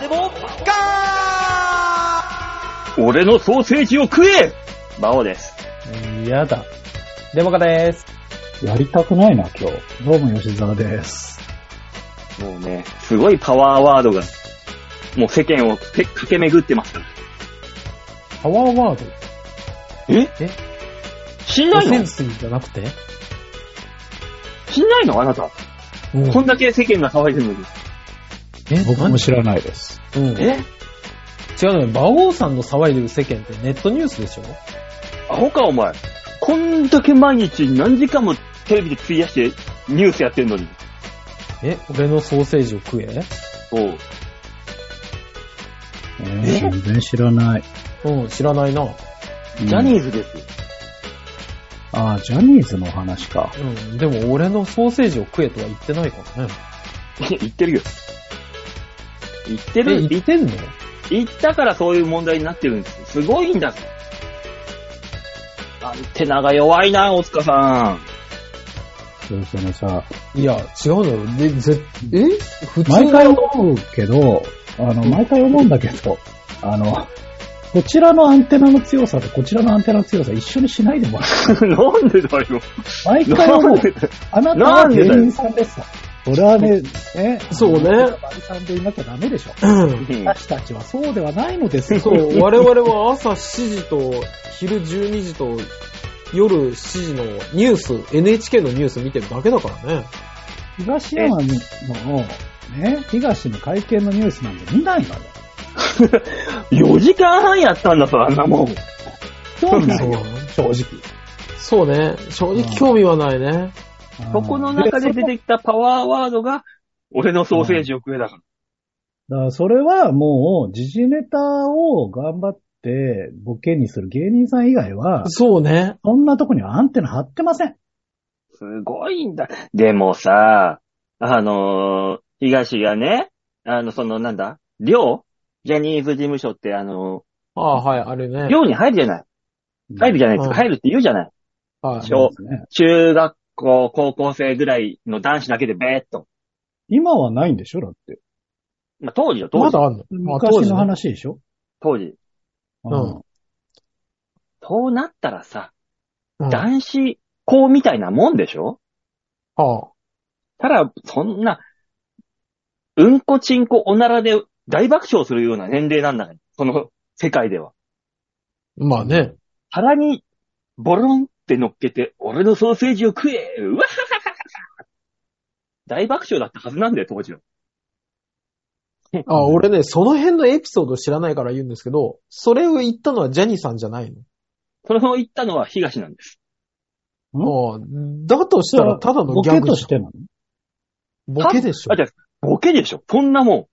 でも、ガ俺のソーセージを食え魔王です。やだ。デモカです。やりたくないな、今日。どうも吉沢です。もうね、すごいパワーワードが、もう世間を駆け巡ってますから。パワーワードええ死んないセのンスじゃなくて死んないのあなた。うんこんだけ世間が騒いでるのに。え僕も知らないです。うん。違うえのよ。馬王さんの騒いでる世間ってネットニュースでしょアホかお前。こんだけ毎日何時間もテレビで費やしてニュースやってんのに。え俺のソーセージを食えそう。えー全然知らない。うん、知らないな。うんジャニーズですよ。あージャニーズの話か。うん、でも俺のソーセージを食えとは言ってないからね。言ってるよ。言ってるえ、言ってんの言ったからそういう問題になってるんです。すごいんだぞ。アンテナが弱いな、大塚さそれそのさ、いや、違うのよ。で、ぜ、え普通の毎回思うけど、あの、毎回思うんだけど、あの、こちらのアンテナの強さとこちらのアンテナの強さ一緒にしないでもらん。 なんでだよ。う。毎回な思んう。でだよ。あなたは芸人さんですか俺はね、ね、そうねあの。バリさんでいなきゃダメでしょ。うん私たちはそうではないのですよ。そう、我々は朝7時と昼12時と夜7時のニュース、NHK のニュース見てるだけだからね。東山の、ね、東の会見のニュースなんて見ないのよ。 4時間半やったんだぞ、あんなもん。興味ないそうよ、正直。そうね。正直興味はないね。そこの中で出てきたパワーワードが、俺のソーセージを食えだかだからそれはもう、時事ネタを頑張ってボケにする芸人さん以外は、そうね。そんなとこにはアンテナ張ってません。ら。すごいんだ。でもさ、あのー東がね、あの、その、なんだ寮ジャニーズ事務所って、あのああ、はい、あれね。寮に入るじゃない。入るじゃないですか。うん入るって言うじゃない。はい。ょそうですね中学校、高校生ぐらいの男子だけでべーっと。今はないんでしょだって。まあ、当時よ、当ま時。だあんのあ当昔時のね話でしょ当時。うんそうなったらさ、うんは男子校みたいなもんでしょあ。ただ、そんな、うんこちんこおならで大爆笑するような年齢なんだね。その世界では。まあね。腹にボロンって乗っけて、俺のソーセージを食えうわはははは大爆笑だったはずなんだよ、当時は。ああ、俺ね、その辺のエピソード知らないから言うんですけど、それを言ったのはジャニーさんじゃないの。それを言ったのは東なんです。ああ、だとしたらただのボギャケグとじしてなのゃんボケでしょあ、。じゃあボケでしょそんなも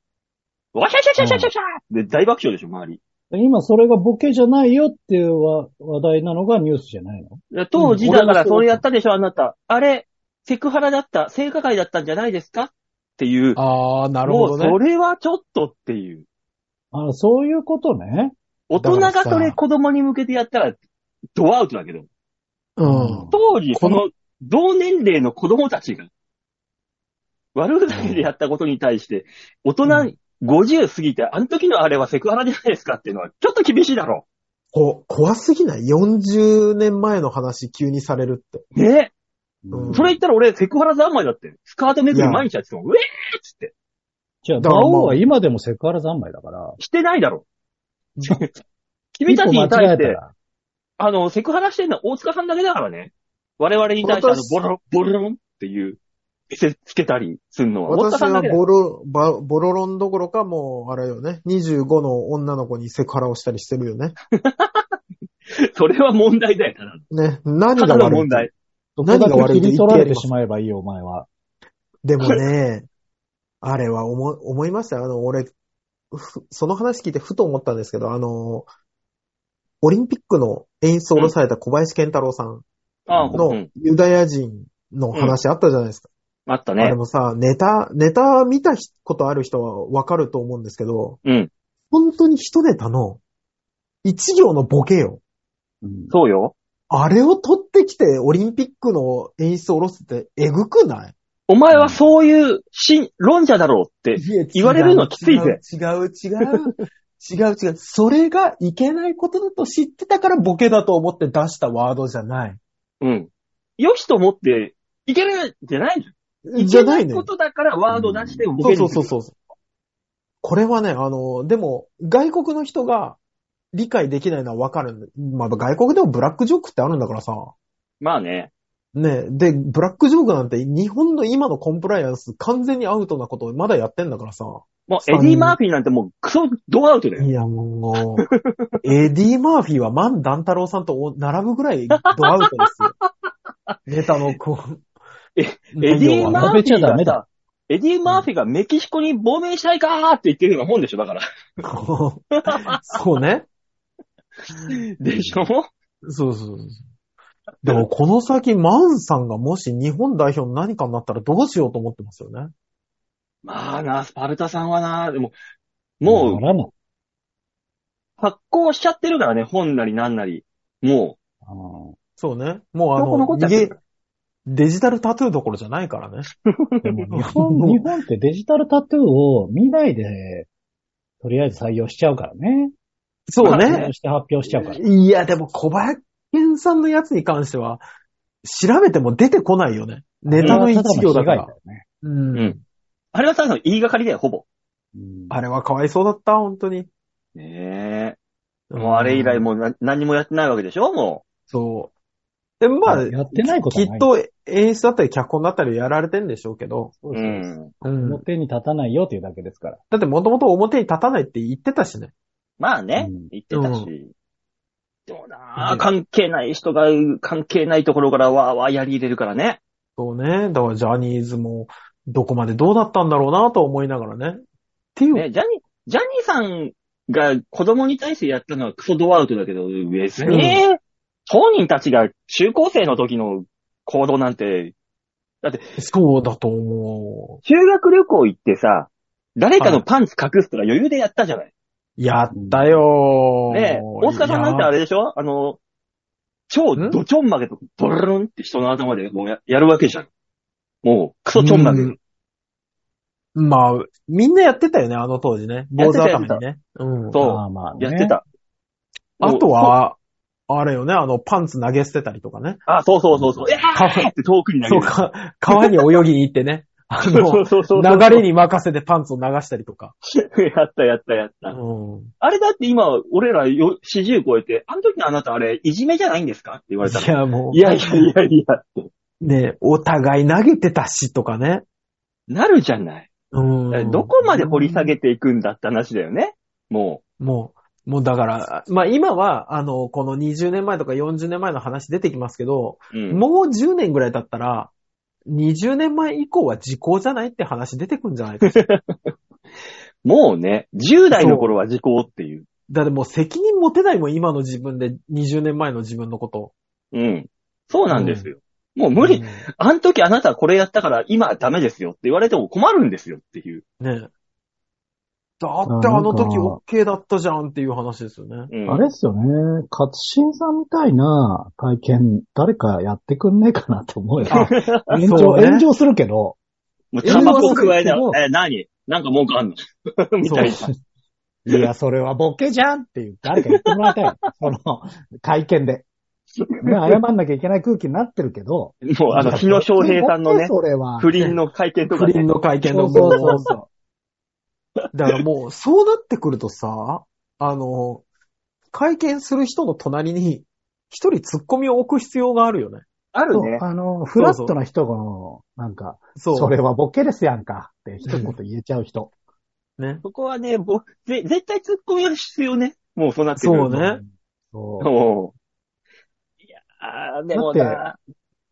ん。わしゃしゃしゃしゃしゃしゃで、大爆笑でしょ、周り。今それがボケじゃないよっていう話話題なのがニュースじゃないのいや当時うんだから、俺もそうそ思ったれやったでしょ、あなた。あれ、セクハラだった、性加害だったんじゃないですかっていう。ああ、なるもほどう、ね。それはちょっとっていう。あそういうことね。大人がそれ子供に向けてやったら、ドアウトだけど。うん。当時、ここのの、同年齢の子供たちが、悪ふざけでやったことに対して、大人50過ぎて、あの時のあれはセクハラじゃないですかっていうのは、ちょっと厳しいだろこ、怖すぎない ?40 年前の話急にされるって。う。ねえ。うんそれ言ったら俺、セクハラ三昧だって。スカートめくり毎日やってたもん。うえーっつって。じゃあ、だから馬まあ王は今でもセクハラ三昧だから。してないだ ろ。君たちに対し一個間違えてた、らあの、セクハラしてんのは大塚さんだけだからね。我々に対して、あの、私ボロロン、ボロロンっていう、見せつけたりするのは大塚私さんだはけだよ。ボロ、ばボロロンどころかもう、あれよね。25の女の子にセクハラをしたりしてるよね。それは問題だ よ。ね。何ただがの悪い問題。そこ何がだ悪いけって言ってやります切り取られてしまえばいいよ、お前は。でもね、あれは思い、思いましたよ。あの、俺、ふその話聞いてふと思ったんですけど、あの、オリンピックの演出を下ろされた小林健太郎さんああ、うのん。ユダヤ人の話あったじゃないですか。あったあれね。もさ、ネタ、ネタ見たことある人はわかると思うんですけど、うん。本当に一ネタの、一行のボケよ。うんそうよ。あれを取ってきてオリンピックの演出を下ろすってえぐくないお前はそういうし論者だろうって、言われるのきついぜ。違う、違う、違う、違う。それがいけないことだと知ってたからボケだと思って出したワードじゃない。うん。よしと思って、いけるじゃないいじけゃなないいねこ。とだからワード出してボケそうる。そうそうそう。これはね、あの、でも、外国の人が理解できないのはわかるんだ。まあ、外国でもブラックジョークってあるんだからさ。まあね。ねで、ブラックジョークなんて日本の今のコンプライアンス完全にアウトなことをまだやってんだからさ。もうエディ・マーフィーなんてもうクソドアウトだよ。いや、も う、エディ・マーフィーはマン・ダンタロウさんと並ぶぐらいドアウトです よ。ネタのこう。えエデ内容ィ・はマーフ並べちィゃーがダメさだ、エディ・マーフィーがメキシコに亡命したいかーって言ってるようなもんでしょ、だから。こう そうね。でしょそうそうそう。でも、この先、マンさんがもし日本代表の何かになったらどうしようと思ってますよね。まあな、スパルタさんはな、でも、なもうらない。発行しちゃってるからね、本なりなんなり。もあーそうね。もうあどこ残の、っちゃ逃ってるげ、デジタルタトゥーどころじゃないからね。でも日本、日本ってデジタルタトゥーを見ないで、とりあえず採用しちゃうからね。そうまあね採ね。用して発表しちゃうから。いや、でも小林健さんのやつに関しては、調べても出てこないよね。ネタの一行だからあれはただの被害。よね。うんうんう、あれはさ、言いがかりだよ、ほぼ。うんあれはかわいそうだった、本当に。ねえ。もうあれ以来もうな何もやってないわけでしょも。そう。で、まあ、やってないこときはっない。と演出だったり脚本だったりやられてんでしょうけど。そううう。そうそうんうんだ表に立たないよっていうだけですから。ってもともと表に立たないって言ってたしね。まあねうん、言ってたうし。でもなうあ、ん関係ない人が関係ないところからわーわーやり入れるからね。そうね。だからジャニーズもどこまでどうだったんだろうなと思いながらね。っていう。ね、ジャニ、ジャニーさんが子供に対してやったのはクソドアウトだけど、別に、当人たちが中高生の時の行動なんて、そうだと思修学旅行行ってさ、誰かのパンツ隠すとか余裕でやったじゃない。う。やったよー。ねえ、大塚さんなんてあれでしょあの、超んドちょんまげとかボロロンって人の頭でもうややるわけじゃん。もう、クソちょんまげ。うんまあ、みんなやってたよね、あの当時ね。坊主頭にね。うん。そうまあまあね。やってた。あともう、は、あれよね、あの、パンツ投げ捨てたりとかね。あ、そうそうそうそう。えかーって遠くにそ投うげる。か、川に泳ぎに行ってね。あの、 そうそうそう。流れに任せてパンツを流したりとか。 やったやったやっうた。ん。あれだって今、俺らよ40超えて、あの時のあなたあれ、いじめじゃないんですかって言われたいの。や、もいやいやいやいやって。う、ね、お互い投げてたしとかね。なるじゃない。うん。どこまで掘り下げていくんだって話だよね。ももう、もうだから、まあ今は、あの、この20年前とか40年前の話出てきますけど、う。うん。もう10年ぐらい経ったら、20年前以降は時効じゃないって話出てくんじゃないです か。もうね、10代の頃は時効っていう。だってもう責任持てないもん、今の自分で、20年前の自分のこと。うん。そうなんですよ。もう無理。あの時あなたはこれやったから今はダメですよって言われても困るんですよっていう。うんねえだってあの時あなん OK だったじゃんっていう話ですよね。うん、あれっすよね。勝新さんみたいな体験、誰かやってくんねえかなって思うよ。あ炎そ上、うね炎上するけど。もうタバコ加 えたそうら、え、何なんか文句あんの みたいな。そういや、それはボケじゃんっていう、誰か言ってもらいた いよ。その、会見で。ね、謝んなきゃいけない空気になってるけど。もうあの、日野翔平さんのね、それは。不倫の会見とか不ね。倫の会見そのうそうもそううそだからも う、そうなってくるとさ、あの、会見する人の隣に、一人突っ込みを置く必要があるよね。あう。るね。あの、フラットな人の、なんか、そう。それはボケですやんかって一言言えちゃう人。ね。そこはね、ぼぜ絶対突っ込みは必要ね。もうそうなってくるそとうね。そう。もう。いやー、でもだな、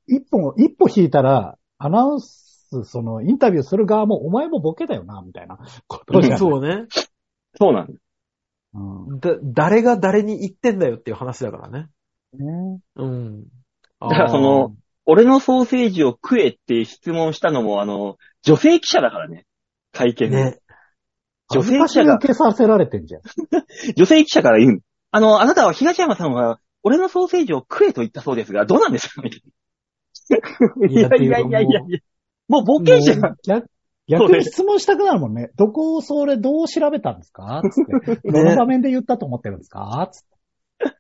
一歩、一歩引いたら、アナウンス、その、インタビューする側も、お前もボケだよな、みたいなことじゃん。そうね。そうなんだ。うん。だ、誰が誰に言ってんだよっていう話だからね。ねうん。だからその俺のソーセージを食えって質問したのも、あの、女性記者だからね。会あー、見で。ね。女性記者恥ずかしが受けさせられてんじゃん。女性記者から言うのあの、あなたは東山さんは、俺のソーセージを食えと言ったそうですが、どうなんですかみたいな。いやいやいやいやいや。もう冒険者が、逆逆に質問したくなるもんね。どこをそれどう調べたんですかつって。どの場面で言ったと思ってるんですかつっ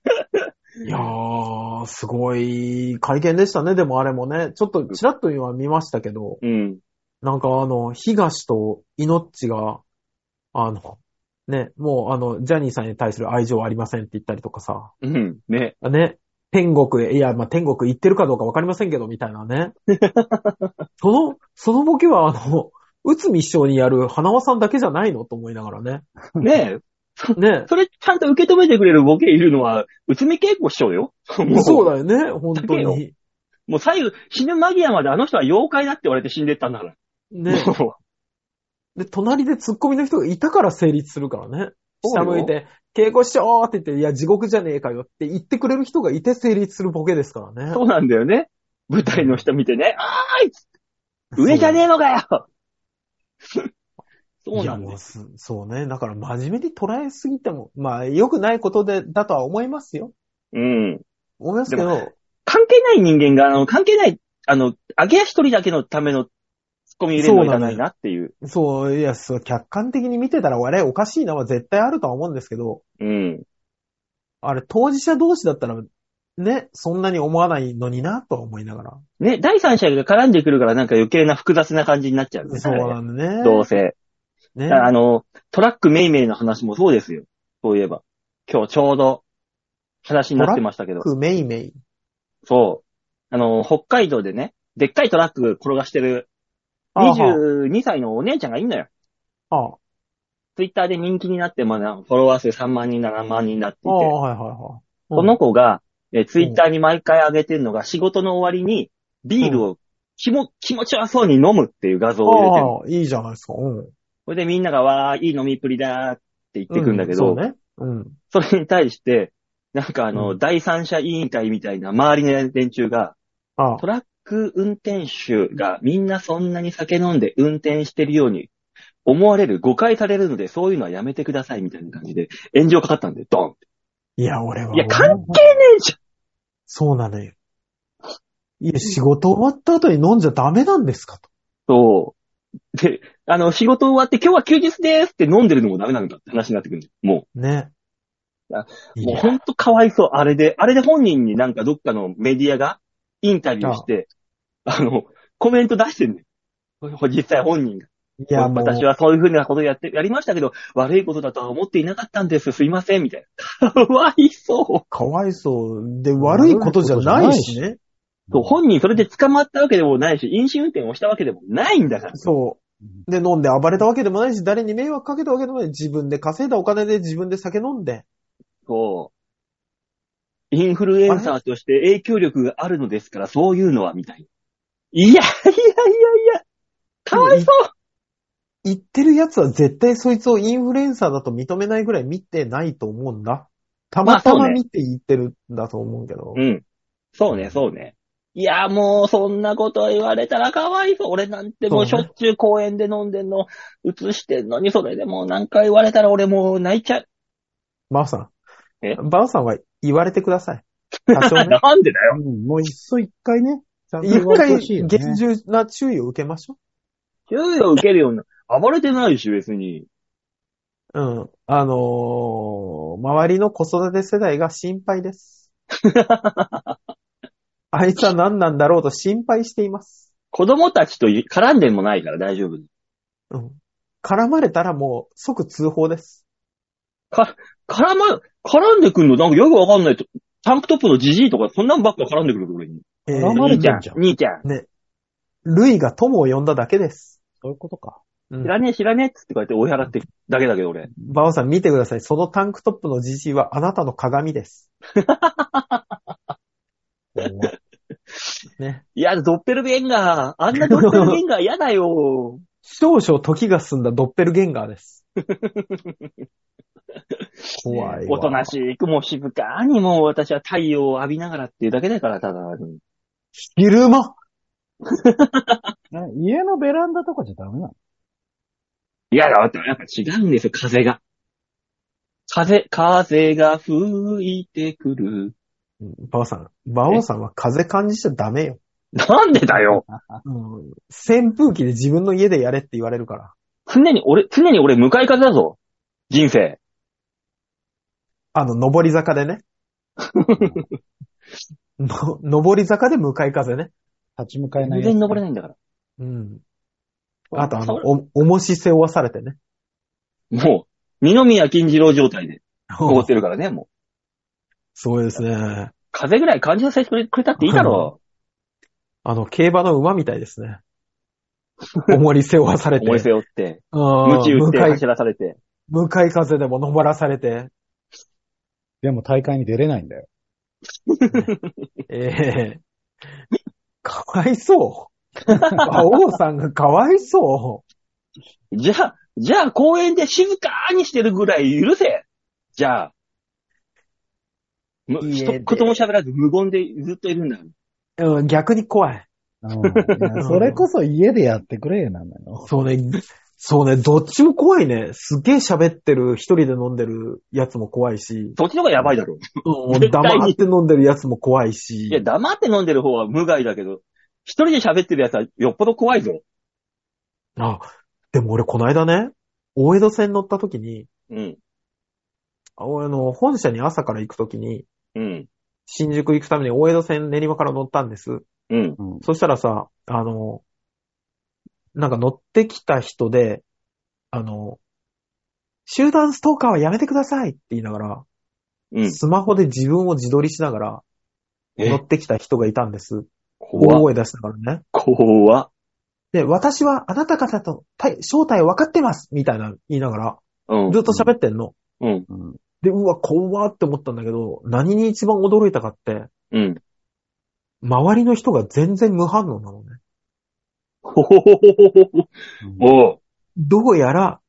て。いやー、すごい会見でしたね、でもあれもね。ちょっとちらっと今見ましたけど、うん。なんかあの、東と命が、あの、ね、もうあの、ジャニーさんに対する愛情はありませんって言ったりとかさ、うん。ね。ね、天国へ、いや、まあ、天国行ってるかどうかわかりませんけど、みたい なね。その、そのボケはあの、内海師匠にやる花輪さんだけじゃないのと思いながらね。ねえ。。ね それちゃんと受け止めてくれるボケいるのは、内海恵子師匠よ。も そうう、だよね、本当だけに。もう最後、死ぬ間際まであの人は妖怪だって言われて死んでったん だから。ね。もで、隣でツッコミの人がいたから成立するからね。そう下よ向いて、稽古しようって言って、いや、地獄じゃねえかよって言ってくれる人がいて成立するボケですからうね。そうなんだよね。舞台の人見てね、あーいっつって上じゃねえのかよ そういやなんもでうす。すそうね。だから真面目に捉えすぎても、まあ、良くないことで、だとは思いますよ。うん。思いますけど、関係ない人間が、あの、関係ない、あの、揚げ足一人だけのためのツッコミ入れるのはいらないなっていう。そう、いや、そう、客観的に見てたら、我々おかしいのは絶対あるとは思うんですけど、うん。あれ、当事者同士だったら、ね、そんなに思わないのにな、とは思いながら。ね、第三者が絡んでくるからなんか余計な複雑な感じになっちゃうんですそうなんだね。どうせ。ねだからあの、トラックめいめいの話もそうですよ。そういえば。今日ちょうど話になってましたけど。くめいめい。そう。あの、北海道でね、でっかいトラック転がしてるあー22歳のお姉ちゃんがいんのよ。はあツイッターで人気になって、まだフォロワー数3万人、7万人になっていてああ、。はいはいはい。この子が、えツイッターに毎回上げてるのが仕事の終わりにビールを気も、気持ちよそうに飲むっていう画像を入れてる。ああ、いいじゃないですか。うん。それでみんながわー、いい飲みっぷりだーって言ってくんだけど、うんそうね。うん。それに対して、なんかあの、うん第三者委員会みたいな周りの連中が、ああトラック運転手がみんなそんなに酒飲んで運転してるように思われる、誤解されるので、そういうのはやめてくださいみたいな感じで、炎上かかったんで、ドン。いや、俺は。いや関係ねえじそうなのよ。いや、仕事終わった後に飲んじゃダメなんですかゃと。んそう。で、あの、仕事終わって今日は休日ですって飲んでるのもダメなのかって話になってくるんでもね。あう、いもうやほんとかわいそう。あれで、あれで本人になんかどっかのメディアがインタビューして、あの、コメント出してんねん。実際本人が。いや、もう、私はそういうふうなことやって、やりましたけど、悪いことだとは思っていなかったんです。すいません、みたいな。 かわいそう。かわいそう。で、悪いことじゃないしね。そう本人それで捕まったわけでもないし、飲酒運転をしたわけでもないんだから。そう。で、飲んで暴れたわけでもないし、誰に迷惑かけたわけでもない。自分で稼いだお金で自分で酒飲んで。そう。インフルエンサーとして影響力があるのですから、そういうのは、みたいな。いや、いやいやいや。かわいそう。言ってる奴は絶対そいつをインフルエンサーだと認めないぐらい見てないと思うんだ。たまたまあまそうね見て言ってるんだと思うけど。うん。そうね、そうね。いや、もう、そんなこと言われたらかわいそう。俺なんてもうしそうょねっちゅう公園で飲んでんの、映してんのに、それでもう何回言われたら俺もう泣いちゃう。バオさん。えバオさんは言われてください。多少 ね。なんでだよ。うんもういっそ一回ね、ちゃんと言一われて回、ほしいよね厳重な注意を受けましょ注意を受けるような。暴れてないし、別に。う。うん。あのー、周りの子育て世代が心配 です。あいつは何なんだろうと心配しています。子供たちと絡んでもないから大丈夫。うん。絡まれたらもう即通報です。絡ま、絡んでくんのなんかよくわかんないと。タンクトップのジジイとか、そんなんばっか絡んでくる俺に。え絡まー、れ兄ちてゃんんじゃん、兄ちゃん。ルイが友を呼んだだけです。そういうことか。うん知らねえ、知らねえっつってこうやって追い払ってだけだけど、俺。バオさん見てください。そのタンクトップのじじいはあなたの鏡です。ね。いや、ドッペルゲンガー。あんなドッペルゲンガー嫌だよ。 少々時が進んだドッペルゲンガー です。怖いわ。おとなしく、もう静かに、もう私は太陽を浴びながらっていうだけだから、ただ。昼間ね家のベランダとかじゃダメなのいや、だってやっぱ違うんですよ、風が。風、風が吹いてくる。バオさん、バオさんは風感じちゃダメよ。なんでだよ。うん。扇風機で自分の家でやれって言われるから。常に俺、常に俺向かい風だぞ。人生。あの、上り坂 でね。の、上り坂で向かい風ね。立ち向かえな全いやつ。然登れないんだから。うん。あと、あの、お、重し背負わされてね。もう、二宮金次郎状態で凍ってるからね、もう。すごいですね。風ぐらい感じさせてくれたっていいだろあの、競馬の馬みたいですね。重り背負わされう。て。思い背負って、うん鞭打っ向てかい走、らされて。向かい風でも登らされて。でも大会に出れないんだよ。ええ かわ いそう。馬王さんがかわいそじゃあ、じゃあ公園で静かにしてるぐらい許せ。じゃあ。む家一で言も喋らず無言でずっといるんだよ。う。うん、逆に怖い。うんい やそれこそ家でやってくれなのよ。そうね、そうね、どっちも怖いね。すげえ喋ってる、一人で飲んでるやつも怖いし、そっちの方がやばいだろ。うん絶対に黙って飲んでるやつも怖いいや、し、黙って飲んでる方は無害だけど、一人で喋ってるやつはよっぽど怖いぞ。あ、でも俺この間ね、大江戸線乗った時に、うん。あ俺あの、本社に朝から行く時に、うん。新宿行くために大江戸線練馬から乗ったんです。うん。うんそしたらさ、あの、なんか乗ってきた人で、あの、集団ストーカーはやめてくださいって言いながら、うん。スマホで自分を自撮りしながら、乗ってきた人がいたんです。大怖っ。声出したからね。怖っ。で、私はあなた方と対正体を分かってますみたいな言いながら、うんず。っと喋ってんの。うん。うんで、うわ、怖って思ったんだけど、何に一番驚いたかって、うん。周りの人が全然無反応なのね。ほほほほほほ。おう。どうやら、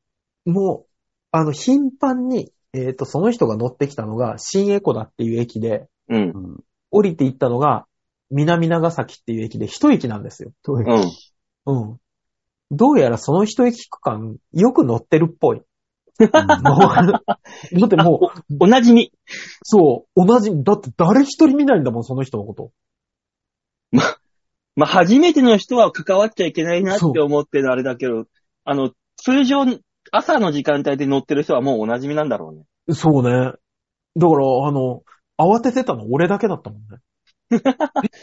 もう、あの、頻繁に、えっ、と、その人が乗ってきたのが、新エコだっていう駅で、うんう。ん降りていったのが、南長崎っていう駅で、一駅なんですよ。うん。うん。どうやらその一駅区間、よく乗ってるっぽい。もう だってもう、おなじみ。そう、同じ、だって誰一人見ないんだもん、その人のこと。まあ、初めての人は関わっちゃいけないなって思ってるあれだけど、あの、通常、朝の時間帯で乗ってる人はもうおなじみなんだろうね。そうね。だから、あの、慌ててたの俺だけだったもんね。え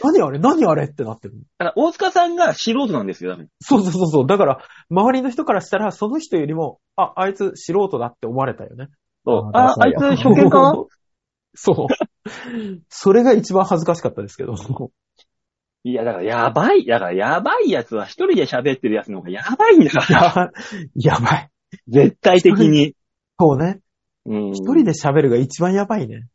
何あれ何あれってなってる。だから、大塚さんが素人なんですよ、多分そうそうそうそう。だから、周りの人からしたら、その人よりも、あ、あいつ素人だって思われたよね。そう。ああ、あそういよつ 初見かなそう。それが一番恥ずかしかったですけど。いや、だから、やばい。だから、やばいやつは一人で喋ってるやつの方がやばいんだ から。やばい。絶対的に。そうね。うん。一人で喋るが一番やばいね。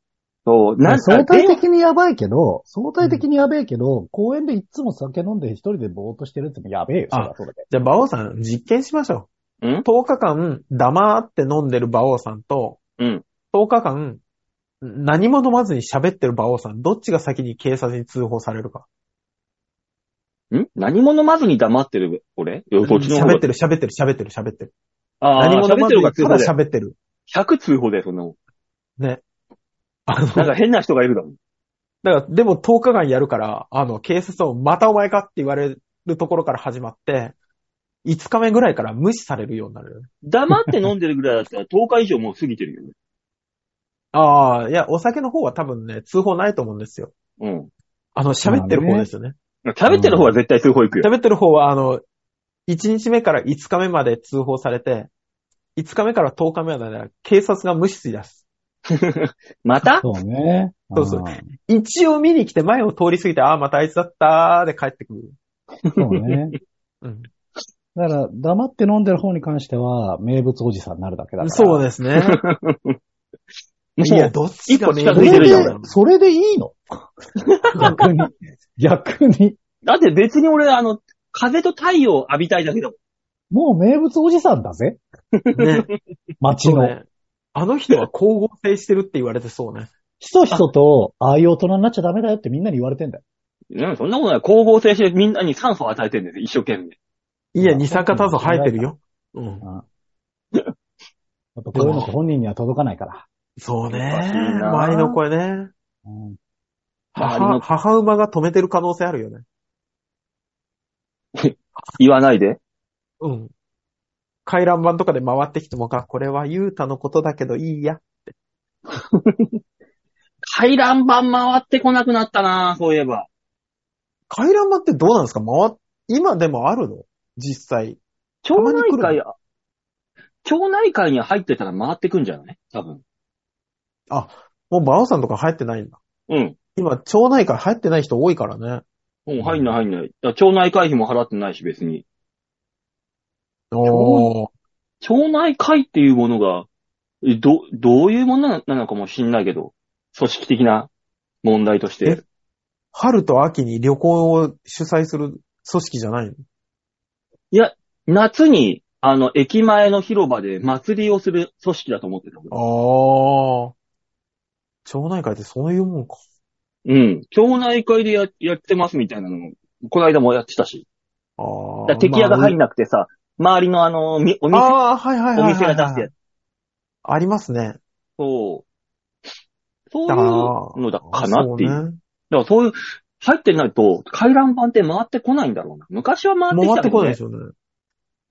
そう。なんか、相対電話的にやばいけど、相対的にやべえけど、公園でいっつも酒飲んで一人でぼーっとしてるってもやべえよ、そりゃそうだけじゃあ、馬王さん、実験しましょう。ん ?10 日間、黙って飲んでる馬王さんと、うん10日間、何も飲まずに喋ってる馬王さん、どっちが先に警察に通報されるか。ん何も飲まずに黙ってる俺いやこっちの方が喋ってる、喋ってる、喋ってる、喋ってる。ああ、何も飲喋まっずてるに方が通報だたよ。だ喋ってる。 100通報だよ、そんなもん。あの、なだんかか変な人がいるだろ。ら、でも10日間やるから、あの、警察をまたお前かって言われるところから始まって、5日目ぐらいから無視されるようになるよね。黙って飲んでるぐらいだったら10日以上もう過ぎてるよね。ああ、いや、お酒の方は多分ね、通報ないと思うんですよ。うん。あの、喋ってる方ですよね。喋ってる方は絶対通報行くよ。喋ってる方は、あの、1日目から5日目まで通報されて、5日目から10日目までは警察が無視し出す。またど。そうね。そうそうん一応見に来て前を通り過ぎて、ああ、またあいつだったーで帰ってくる。そうね。うん、だから、黙って飲んでる方に関しては、名物おじさんになるだけだから。そうね。ですね。も いや、う、どっちが一歩そ近づいてれるじゃでん、それでい いの逆に。逆に。だって別に俺、あの、風と太陽を浴びたいだけだもん。もう名物おじさんだぜ。ね、街そうの。ね。あの人は光合成してるって言われてそうね。ひそひそと、ああいう大人になっちゃダメだよってみんなに言われてんだよ。うん、そんなことない。光合成してみんなに酸素を与えてるんですよ、一生懸命。いや、二酸化炭素生えてるよ。うん。やっぱこういうのって本人には届かないから。そうね。おかしいな周りの声ね。うん周りの母、母馬が止めてる可能性あるよね。言わないで。うん。回覧板とかで回ってきても、あ、これはユータのことだけどいいや。回覧板回ってこなくなったなそういえば。回覧板ってどうなんですか回っ、今でもあるの実際。町まに来内る会、町内会に入ってたら回ってくんじゃない多分。もう馬王さんとか入ってないんだ。うん。今、町内会入ってない人多いからね。もう入んない入んない。だから町内会費も払ってないし別に。おー。町内会っていうものが、えど、どういうものななのかもしんないけど、組織的な問題としえて。春と秋に旅行を主催する組織じゃないの夏に、あの、駅前の広場で祭りをする組織だと思ってた。俺ああ。町内会ってそういうもんか。うん。町内会でや、やってますみたいなの、この間もやってたし。あだあ。から敵屋が入んる。なくてさ、周りのあの、みお店、ああ、はいはいはいおはい。店が出してやる。ありますね。そう。そういうだからのだかなっていう。そだかうねらそういう、入ってないと、回覧板って回ってこないんだろうな。昔は回ってきた回ってけこどないねで。しょうね。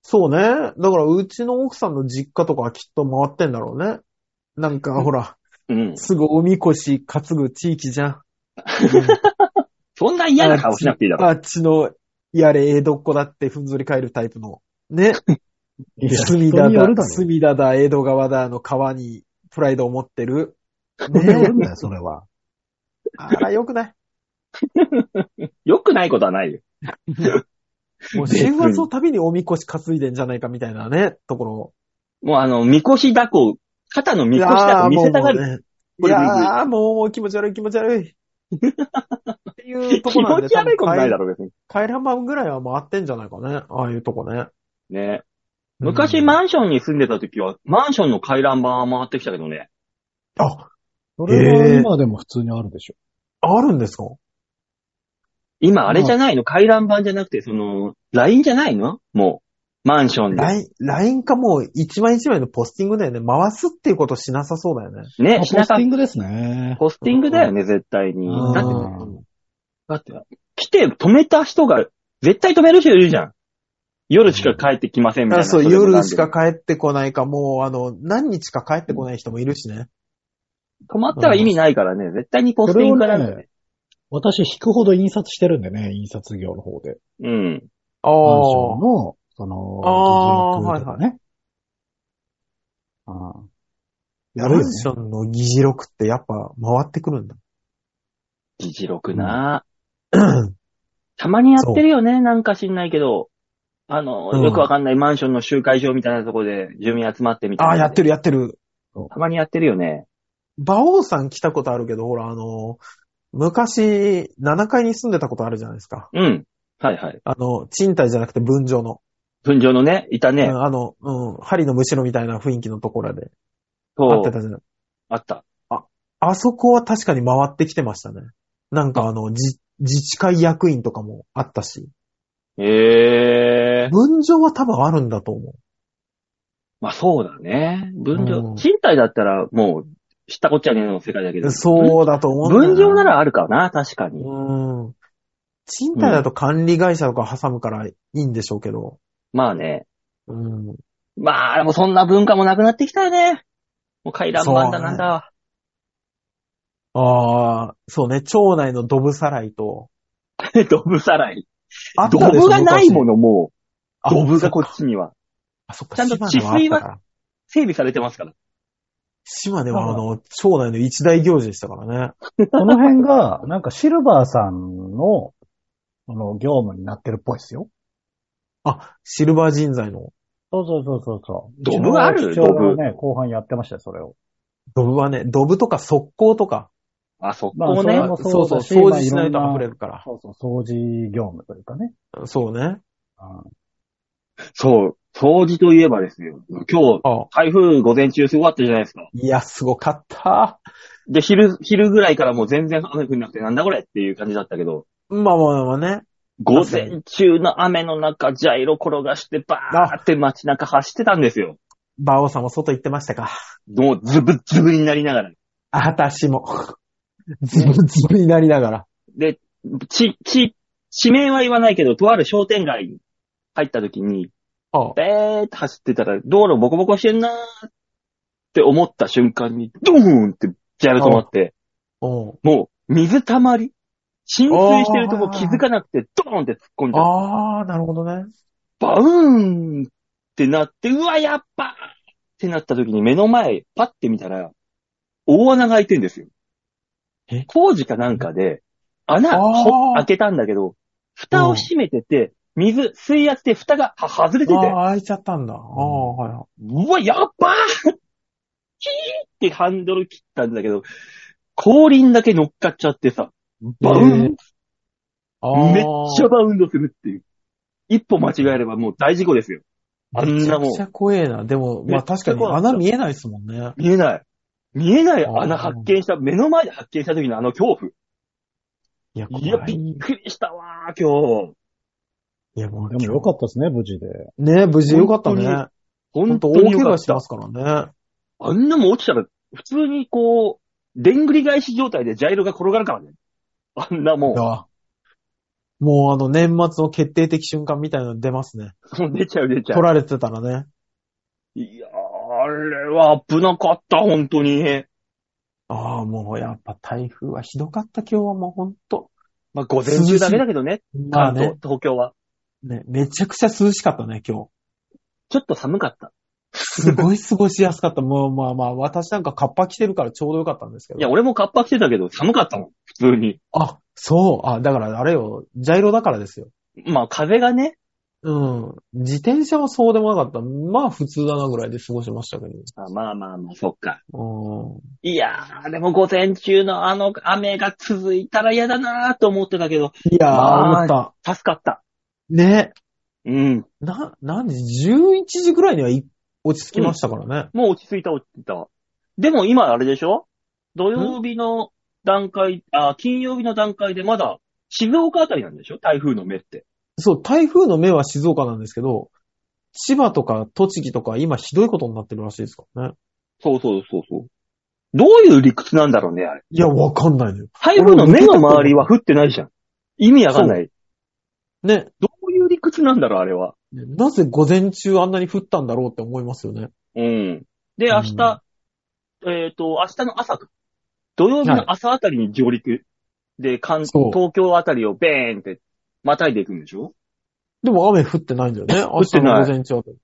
そうね。だから、うちの奥さんの実家とかはきっと回ってんだろうね。なんか、ほら、うん。すぐおみこし担ぐ地域じゃん。そんな嫌な顔しなくていいだろ。あっちの、やれ、江戸っ子だってふんぞり返るタイプの。ね。いや隅人田によるだ、だろ。隅田だ、江戸川だの川にプライドを持ってる。人によねるんだよ、それは。あら、よくない。 よくないことはないよ。もう週末のたびにおみこし担いでんじゃないかみたいなね、ところ。もうあの、みこしだこ、肩のみこしだこ見せたがる。る。いこれやー、もうもう気持ち悪い気持ち悪い。っていうと気こなん持で、ち悪いことないだろ。ろ、別に。回覧板ぐらいは回ってんじゃないかね。ああいうとこね。ね。昔、うんマンションに住んでた時は、マンションの回覧板は回ってきたけどね。あ、それへはー今でも普通にあるでしょ。あるんですか今、あれじゃないの回覧板じゃなくて、その、LINE じゃないのもう、マンションで。ライン、ラインかもう一枚一枚のポスティングだよね。回すっていうことしなさそうだよね。まあね、ポしなスさティングですね。ポスティングだよね、絶対に。うんだっうて、んだって、来て止めた人が、絶対止める人いるじゃん。夜しか帰ってきませんみただかいらな。そう、れもなん夜でしか帰ってこないか、もう、あの、何日か帰ってこない人もいるしね。止まったら意味ないからね、絶対にポスティングからなんだよね。私、引くほど印刷してるんでね、印刷業の方で。うん。あマンシあョン。の、その、あー議事録とかね。ああ。やマるよンね。 ションの議事録ってやっぱ回ってくるんだ。議事録な、たまにやってるよね、なんか知んないけど。あの、うんよくわかんないマンションの集会場みたいなとこで住民集まってみたいあな。あ、やってるやってる。たまにやってるよね。馬王さん来たことあるけど、ほら、あの、昔、7階に住んでたことあるじゃないですか。うん。はいはい。あの、賃貸じゃなくて分譲の。分譲のね、いたねう。んあの、うん、針のむしろみたいな雰囲気のところで、そあってう。たじゃない。あった。あそこは確かに回ってきてましたね。なんかあの、じ自治会役員とかもあったし。ええ分譲は多分あるんだと思う。まあそうだね。分う譲。ん賃貸だったらもう、知ったこっちゃねえの世界だけど。そうだと思うんだよ分譲ならあるかな、確かに。うん。賃貸だと管理会社とか挟むからいいんでしょうけど。まあね。うん。まあ、でもそんな文化もなくなってきたよね。もう回覧板だなんだ。ああ、そうね。町内のドブさらいと。 ドブさらい。あドブがないもん。の、もう。ドブがここっちには。あ、そっか。ちゃんと治水は整備されてますから。島根はあの、町内の一大行事でしたからね。この辺が、なんかシルバーさんの、あの、業務になってるっぽいですよ。あ、シルバー人材の。そうそうそうそうそう。ドブあるうちの市長がね、後半やってましたよ、それを。ドブはね、ドブとか速攻とか。あ、そまあこね。そうそうそう、だし掃除しないとまあ溢れるから。そうそう、掃除業務というかね。そうね。ああそう。掃除といえばですよ。今日、あ台風午前中すごかったじゃないですか。いや、すごかった。で、昼、昼ぐらいからもう全然雨降んなくて、なんだこれっていう感じだったけど、まあまあまあね。午前中の雨の中、ジャイロ転がして、バーって街中走ってたんですよ。バオさんも外行ってましたか。もうズブズブになりながら。あたしも。ズブズブになりながら。で、ち、ち、指名は言わないけど、とある商店街に入った時に、ああべーって走ってたら、道路ボコボコしてんなーって思った瞬間に、ドーンってジャル止まって、うんもう水溜まり浸水してるとこ気づかなくて、ドーンって突っ込んじゃってああ、なるほどね。バウーンってなって、うわ、やっばーってなった時に目の前、パッて見たら、大穴が開いてんですよえ。工事かなんかで、穴、あーほ開けたんだけど、蓋を閉めてて、水、水圧で蓋がは外れてて、ああ、開いちゃったんだ。ああ、はいはうわ、やっばーキーってハンドル切ったんだけど、後輪だけ乗っかっちゃってさ、バウン、えい。めっちゃバウンドするっていう。一歩間違えればもう大事故ですよ。あんなもんめちゃくちゃ怖えな。でも、まあ確かめっにちゃ怖い穴見えないですもんね。見えない。見えないあー穴発見した、目の前で発見した時のあの恐怖。いや、いや、怖びいっ。くりしたわー、今日。いや、もうでもよかったですね、無事で。ね無事よかったね。本本当当に大怪よか我っしてたま。すからね。あんなもん落ちたら、普通にこう、でんぐり返し状態でジャイロが転がるからね。あんなもんい。やもうあの年末の決定的瞬間みたいなの出ますね。もう出ちゃう出ちゃ取う。られてたらね。いやー、あれは危なかった、本当に。ああ、もうやっぱ台風はひどかった今日はもうほんと。まあ、午前中ダメだけどね、まあ関東、ね東京は。ね、めちゃくちゃ涼しかったね、今日。ちょっと寒かった。すごい過ごしやすかった。 もうまあまあ、私なんかカッパ着てるからちょうどよかったんですけど。いや、俺もカッパ着てたけど、寒かったもん、普通に。あ、そう。あ、だからあれよ、ジャイロだからですよ。まあ、風がね、うん。自転車はそうでもなかった。まあ普通だなぐらいで過ごしましたけあまあまあまあ、そっか。ど。いやー、でも午前中のあの雨が続いたら嫌だなーと思ってたけど、うん。いやー、まあ思った。助かった。ね。うん。な、何時 ?11 時ぐらいにはい落ち着きましたからね。もう落ち着いた落ち着いたわ。でも今あれでしょ土曜日の段階、あ、金曜日の段階でまだ静岡あたりなんでしょ台風の目って。そう、台風の目は静岡なんですけど、千葉とか栃木とか今ひどいことになってるらしいですからね。そうそうそうそう。どういう理屈なんだろうね、あれ。いや、わかんないのよ。台風の目の周りは降ってないじゃん。意味わかんない。ね。どういう理屈なんだろう、あれは。なぜ午前中あんなに降ったんだろうって思いますよね。うん。で、明日、えっ、と、明日の朝か、土曜日の朝あたりに上陸、で、関そう東京あたりをベーンって、またいでいくんでしょでも雨降ってないんだ よね。降ってない午前中あたり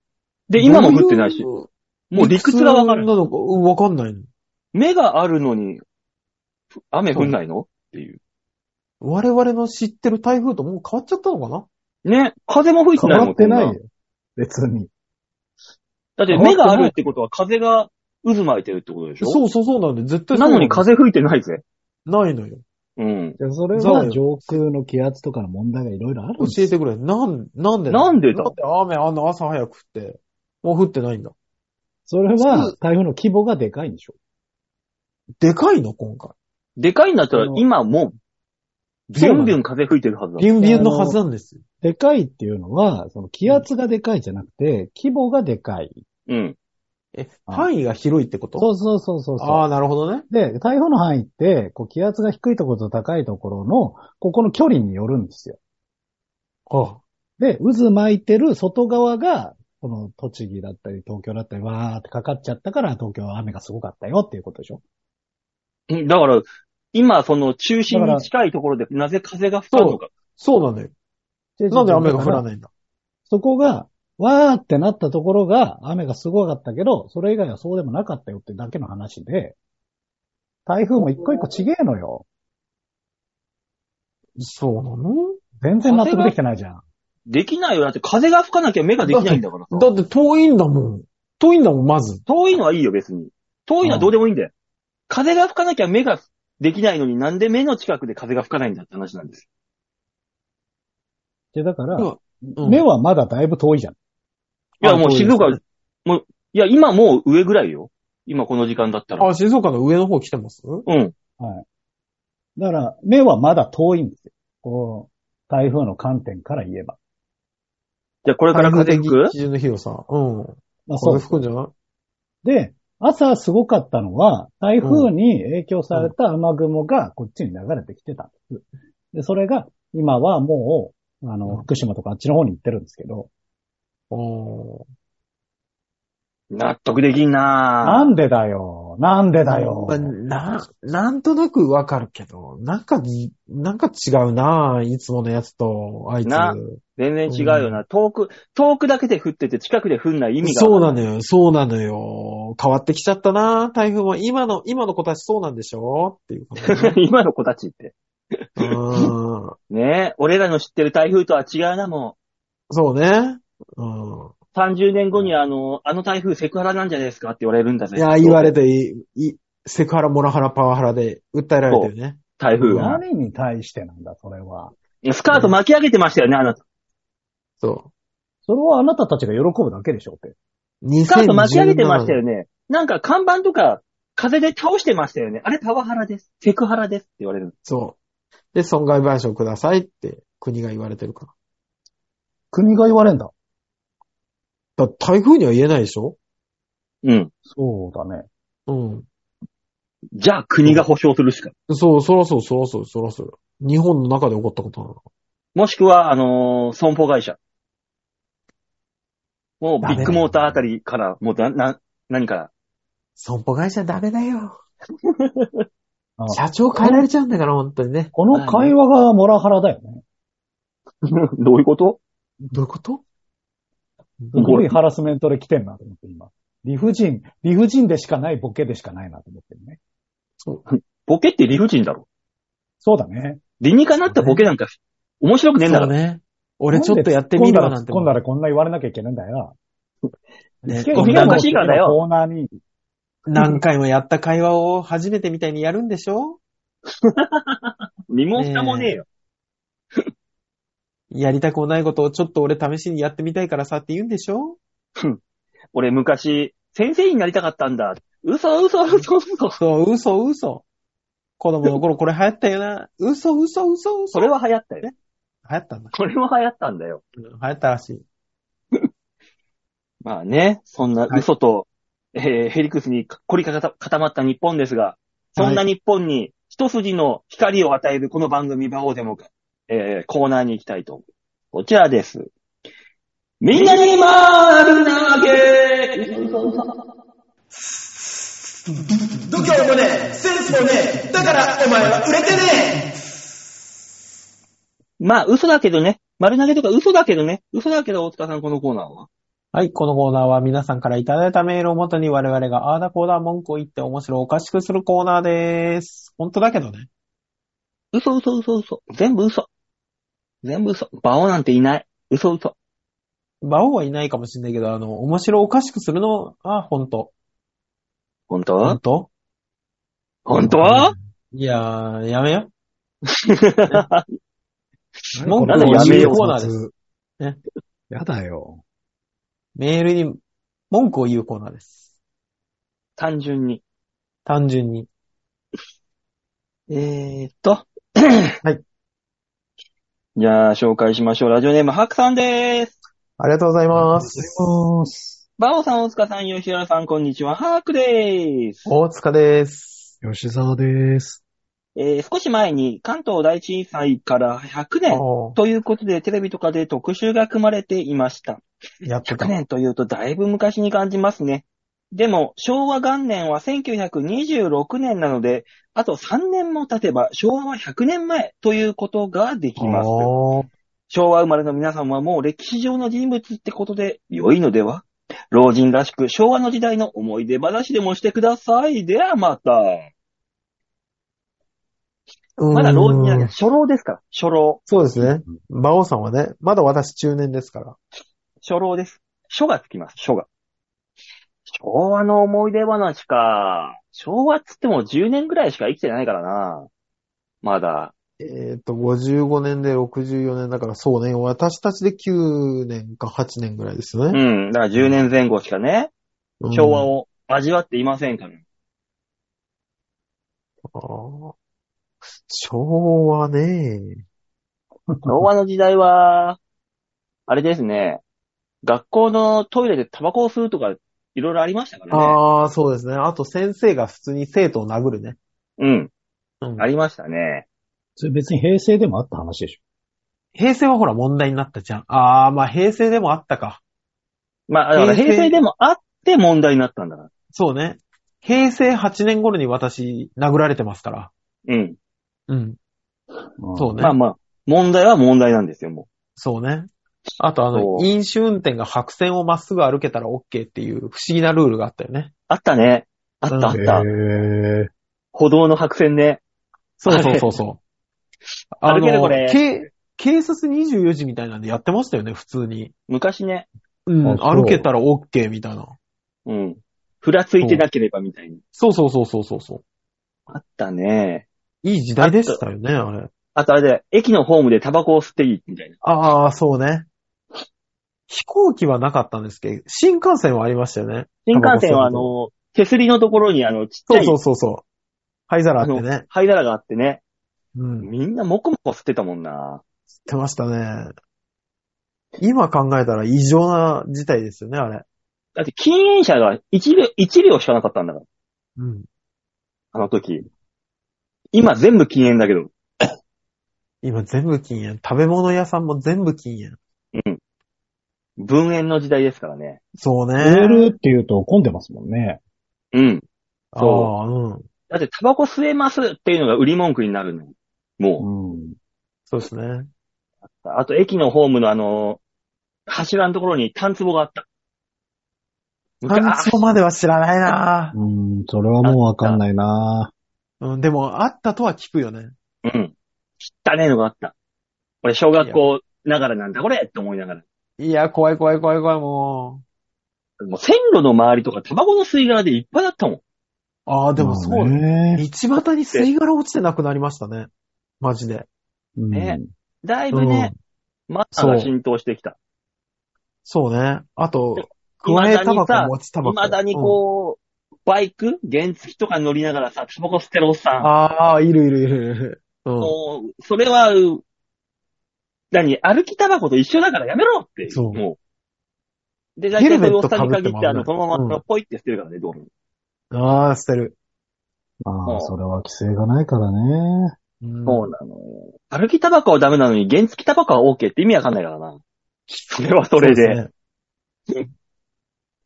で、今も降ってないし、どうもう理屈がわかる。なのか、うんわかんないの。目があるのに、ふ雨降んないのっていう。我々の知ってる台風ともう変わっちゃったのかなね、風も吹いてな変いもんわってないこんよ。別に。だって目があるってことは風が渦巻いてるってことでしょそうそうそうなんで、絶対そうなのにか風吹いてないぜ。ないのよ。うん。でそれそうはよ上空の気圧とかの問題がいろいろあるん教ですよえてくれ。なん、なんでなんでだって雨あんな朝早くって、もう降ってないんだ。それは台風の規模がでかいんでしょ。でかいの今回。でかいんだったらあの今もう、ビュンビュン風吹いてるはずだ。ビュンビュンのはずなんですよ。でかいっていうのは、その気圧がでかいじゃなくて、規模がでかい。うん。え、あの範囲が広いってことそうそうそうそうあそあ、なるほどね。う。で、台風の範囲って、こう気圧が低いところと高いところの、ここの距離によるんですよ。あで、渦巻いてる外側が、この栃木だったり東京だったりわーってかかっちゃったから東京は雨がすごかったよっていうことでしょ。うんだから、今、その中心に近いところで、なぜ風が吹かんのか。そうなんだよ。ななんで雨が降らいないんだそこが、わーってなったところが雨がすごかったけど、それ以外はそうでもなかったよってだけの話で、台風も一個一個ちげえのよ。そうなの全然納得できてないじゃん。できないよ。だって風が吹かなきゃ目ができないんだからさ。だって遠いんだもん。遠いんだもん、まず。遠いのはいいよ、別に。遠いのはどうでもいいんだよ。風が吹かなきゃ目ができないのになんで目の近くで風が吹かないんだって話なんですで、だから、うん目はまだだいぶ遠いじゃん。よ。いや、あもう遠いです静岡、もう、いや、今もう上ぐらいよ。今この時間だったら。あ、静岡の上の方来てますうん。だから、目はまだ遠いんですよ。こう、台風の観点から言えば。じゃあこれから風吹く基準の広さ。うん。ま風あ、そう吹くんじゃないで、朝すごかったのは、台風に影響された雨雲がこっちに流れてきてたんです。で、それが今はもう、あの、うん福島とかあっちの方に行ってるんですけど、おー納得できんななぁ。んでだよ、なんでだよま。あな、なんとなくわかるけど、なんかに、なんか違うなぁいつものやつと、あいつ。な全然違うよな。遠く、遠くだけで降ってて近くで降んない意味が。そうなのよ、そうなのよ。変わってきちゃったなぁ台風も。今の、今の子たちそうなんでしょっていうこと ね、 今の子たちって。うーん。ねえ、俺らの知ってる台風とは違うな、もそうね。うん。う。30年後にあの、あの台風セクハラなんじゃないですかって言われるんだぜ。いや、言われてい、い、セクハラ、モラハラ、パワハラで訴えられてるね。台風が。何に対してなんだ、それは。いやスカート巻き上げてましたよね、あなた。そそれはあなたたちが喜ぶだけでしょって。う。2017スカート巻き上げてましたよね。なんか看板とか、風で倒してましたよね。あれパワハラです。セクハラですって言われる。そう。で、損害賠償くださいって国が言われてるか国が言われんだ。ら。だから台風には言えないでしょうん。そうだね。うん。じゃあ国が保証するしか。そう、そらそう、そらそう、そらそう。日本の中で起こったことなの。もしくは、あのー損保会社。もう、ビッグモーターあたりから、もうな、な、何から。損保会社ダメだよ。 あ社長変えられちゃうんだから、本当にね。この会話がモラハラだよね。どういうことどういうことすごいハラスメントで来てんなと思って今。理不尽、理不尽でしかないボケでしかないなと思ってるね。ボケって理不尽だろ。そうだね。理にかなったボケなんか、面白くねえんだそかうら。ね。俺ちょっとやってみるわなんて。今度はこんな言われなきゃいけないんだよな。ねつけゴミがおかしいからだよコーナーに。何回もやった会話を初めてみたいにやるんでしょ身も蓋もねえよ。やりたくもないことをちょっと俺試しにやってみたいからさって言うんでしょ俺昔、先生になりたかったんだ。嘘嘘嘘嘘。そう、嘘、嘘。子供の頃これ流行ったよな。嘘、嘘、嘘、嘘。それは流行ったよ。流行ったんだ。それは流行ったんだよ。流行ったらしい。まあね、そんなはい嘘と、えーヘリクスに凝り固まった日本ですが、そんな日本に一筋の光を与えるこの番組、バオーデモか、えーコーナーに行きたいと思う。こちらです。みんなにまーるなわけ度胸もねえ、センスもねえ、だからお前は売れてねまあ、嘘だけどね。丸投げとか嘘だけどね。嘘だけど、大塚さん、このコーナーは。はい、このコーナーは皆さんからいただいたメールをもとに我々があーだこーだ文句を言って面白おかしくするコーナーです。本当だけどね。嘘嘘嘘嘘。全部嘘。全部嘘。バオなんていない。嘘嘘。馬王はいないかもしんないけど、あの、面白おかしくするのは本当。本当本当本当いやー、やめよ。文なんでやめようコーナーですす。ねやだよ。メールに文句を言うコーナーです。 単純に。単純に。。えーっと。はいじゃあ、紹介しましょう。ラジオネーム、ハクさんでーす。ありがとうございます。バオさん、大塚さん、吉原さん、こんにちは。ハークでーす。大塚です。吉沢です。えー、少し前に関東大震災から100年おーということで、テレビとかで特集が組まれていました。やってた100。年というとだいぶ昔に感じますね。でも、昭和元年は1926年なので、あと3年も経てば昭和は100年前ということができます。おー昭和生まれの皆さんはもう歴史上の人物ってことで良いのでは老人らしく昭和の時代の思い出話でもしてください。ではまた。まだ老人じゃなういーん初老ですから。初老。そうですね。馬王さんはね、まだ私中年ですから。初老です。書がつきます。書が。昭和の思い出話か。昭和っつっても10年ぐらいしか生きてないからな。まだ。えっ、と、55年で64年だから、そうね。私たちで9年か8年ぐらいですうね。ん。だから10年前後しかね、うん昭和。を味わっていませんから。あー昭和ね。昭和の時代は、あれですね、学校のトイレでタバコを吸うとか、いろいろありましたからね。ああ、そうですね。あと先生が普通に生徒を殴るね。うん、うんありましたね。それ別に平成でもあった話でし平成はほら問題になったじゃん。ああ、まあ平成でもあったか。まあ、だから平平成成でもあって問題になったんだから。そうね。平成8年頃に私、殴られてますから。うん。うん。そうねまあまあ、問題は問題なんですよ、もそうね。あとあその、う飲酒運転が白線をまっすぐ歩けたら OK っていう不思議なルールがあったよねう。。あったね。あったあっうた。へー歩道の白線ね。そうそうそうそう。あ歩けるのこれ、け警察24時みたいなんでやってましたよね、普通に。昔ね。うん、あそう歩けたら OK みたいな。うん。ふらついてなければみたいに。そうそうそうそうそうそう。あったね。いい時代でしたよね、あれ。あとあれで、駅のホームでタバコを吸っていいみたいな。ああ、そうね。飛行機はなかったんですけど、新幹線はありましたよね。新幹線はあタバの、手すりのところにあの、ちっちそゃういそうそうそう。灰皿あってあのね。灰皿があってね。うん。みんなもこもこ吸ってたもんな。ってましたね。今考えたら異常な事態ですよね、あれ。だって禁煙車が1両、一両しかなかったんだから。うん。あの時。今全部禁煙だけど。今全部禁煙。食べ物屋さんも全部禁煙。分煙の時代ですからね。そうね。メールって言うと混んでますもんね。うん。ああ、うん。だってタバコ吸えますっていうのが売り文句になるの。うもん。そうですね。う。あと駅のホームのあの、柱のところに炭壺があった。単昔語までは知らないなうん、それはもうわかんないなうん、でも、あったとは聞くよね。うん。汚ねえのがあった。俺、小学校ながらなんだこれって思いながら。いや、怖い怖い怖い怖い、ももう線路の周りとかタバコの吸い殻でいっぱいだったもん。う。ああ、でもそうね。ね。道端に吸い殻落ちてなくなりましたね。マジで。うんねだいぶね、マナーが浸透してきた。そうね。あでと、加えタバコ、持ちタバコ。未だにこう、バイク原付とか乗りながらさ、タバコ吸ってるおっさうんん。ああ、いるいるいるいる。うん。もう、それは、う何、歩きタバコと一緒だからやめろって。そうもう。で、大体ヘルメそういうおッっトさんに限被っ、っててあも危ないの、このまうまんポイって捨てるからね、どうも。ああ、捨てる。まあ、それは規制がないからね。うんそうなのよ。歩きタバコはダメなのに、原付タバコは OK って意味わかんないからな。それはそれで。。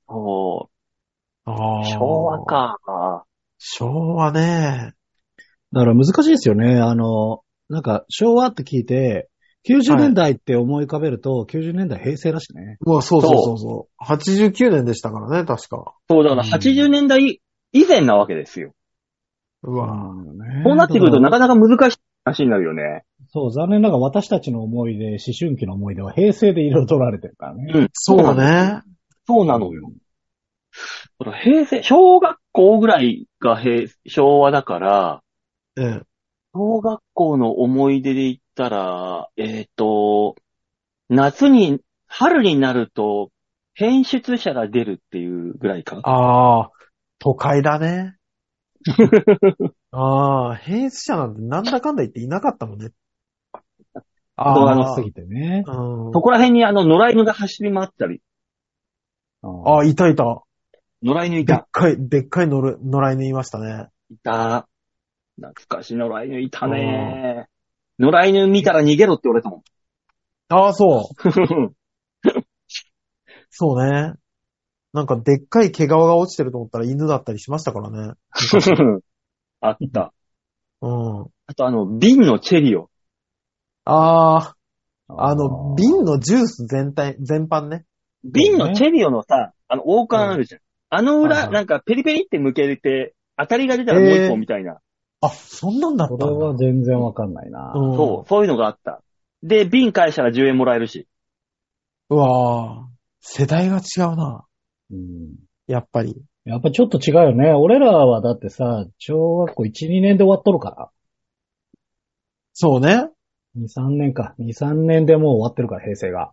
そうああ。昭和。か。昭和ね。だから難しいですよね。あの、なんか、昭和って聞いて、90年代って思い浮かべると、90年代平成だしね。うわ、そうそうそうそう。89年でしたからね、確か。そうだからうん80年代以前なわけですよ。うわ。こうなってくるとななかなか難しい話になるよね。そう、残念ながら私たちの思い出、思春期の思い出は平成で彩られてるからね。うん。そう。ね。そうなのよ。だから平成、小学校ぐらいが平、昭和だから、ええ。小学校の思い出で言ったら、えっ、と、夏に、春になると、変出者が出るっていうぐらいかな。ああ、都会 だね。ああ、変質者なんてなんだかんだ言っていなかったもんね。あそうなあののすぎてね。うんそこら辺にあの、野良犬が走り回ったり、ああ、いたいた。野良犬い。でったかい、でっかい乗る、野良犬いましたね。いた。懐かしい野良犬いたね。野良犬見たら逃げろって言われた もん。ああ、そう。そうね。なんかでっかい毛皮が落ちてると思ったら犬だったりしましたからね。あった。うん。あとあの、瓶のチェリオ。ああ、ああの、瓶のジュース全体、全般ね。瓶のチェリオのさ、あの、王冠あるじゃん。あのはい裏、はいなんかペリペリって向けて、当たりが出たらもう一本みたいな。あ、そんなんだったこんだれは全然わかんないな。うん、そう、そういうのがあった。で、瓶返したら10円もらえるし。うわぁ、世代が違うな。うんやっぱり。やっぱちょっと違うよね。俺らはだってさ、小学校1、2年で終わっとるから。そうね。 2、3年か。2、3年でもう終わってるから、平成が。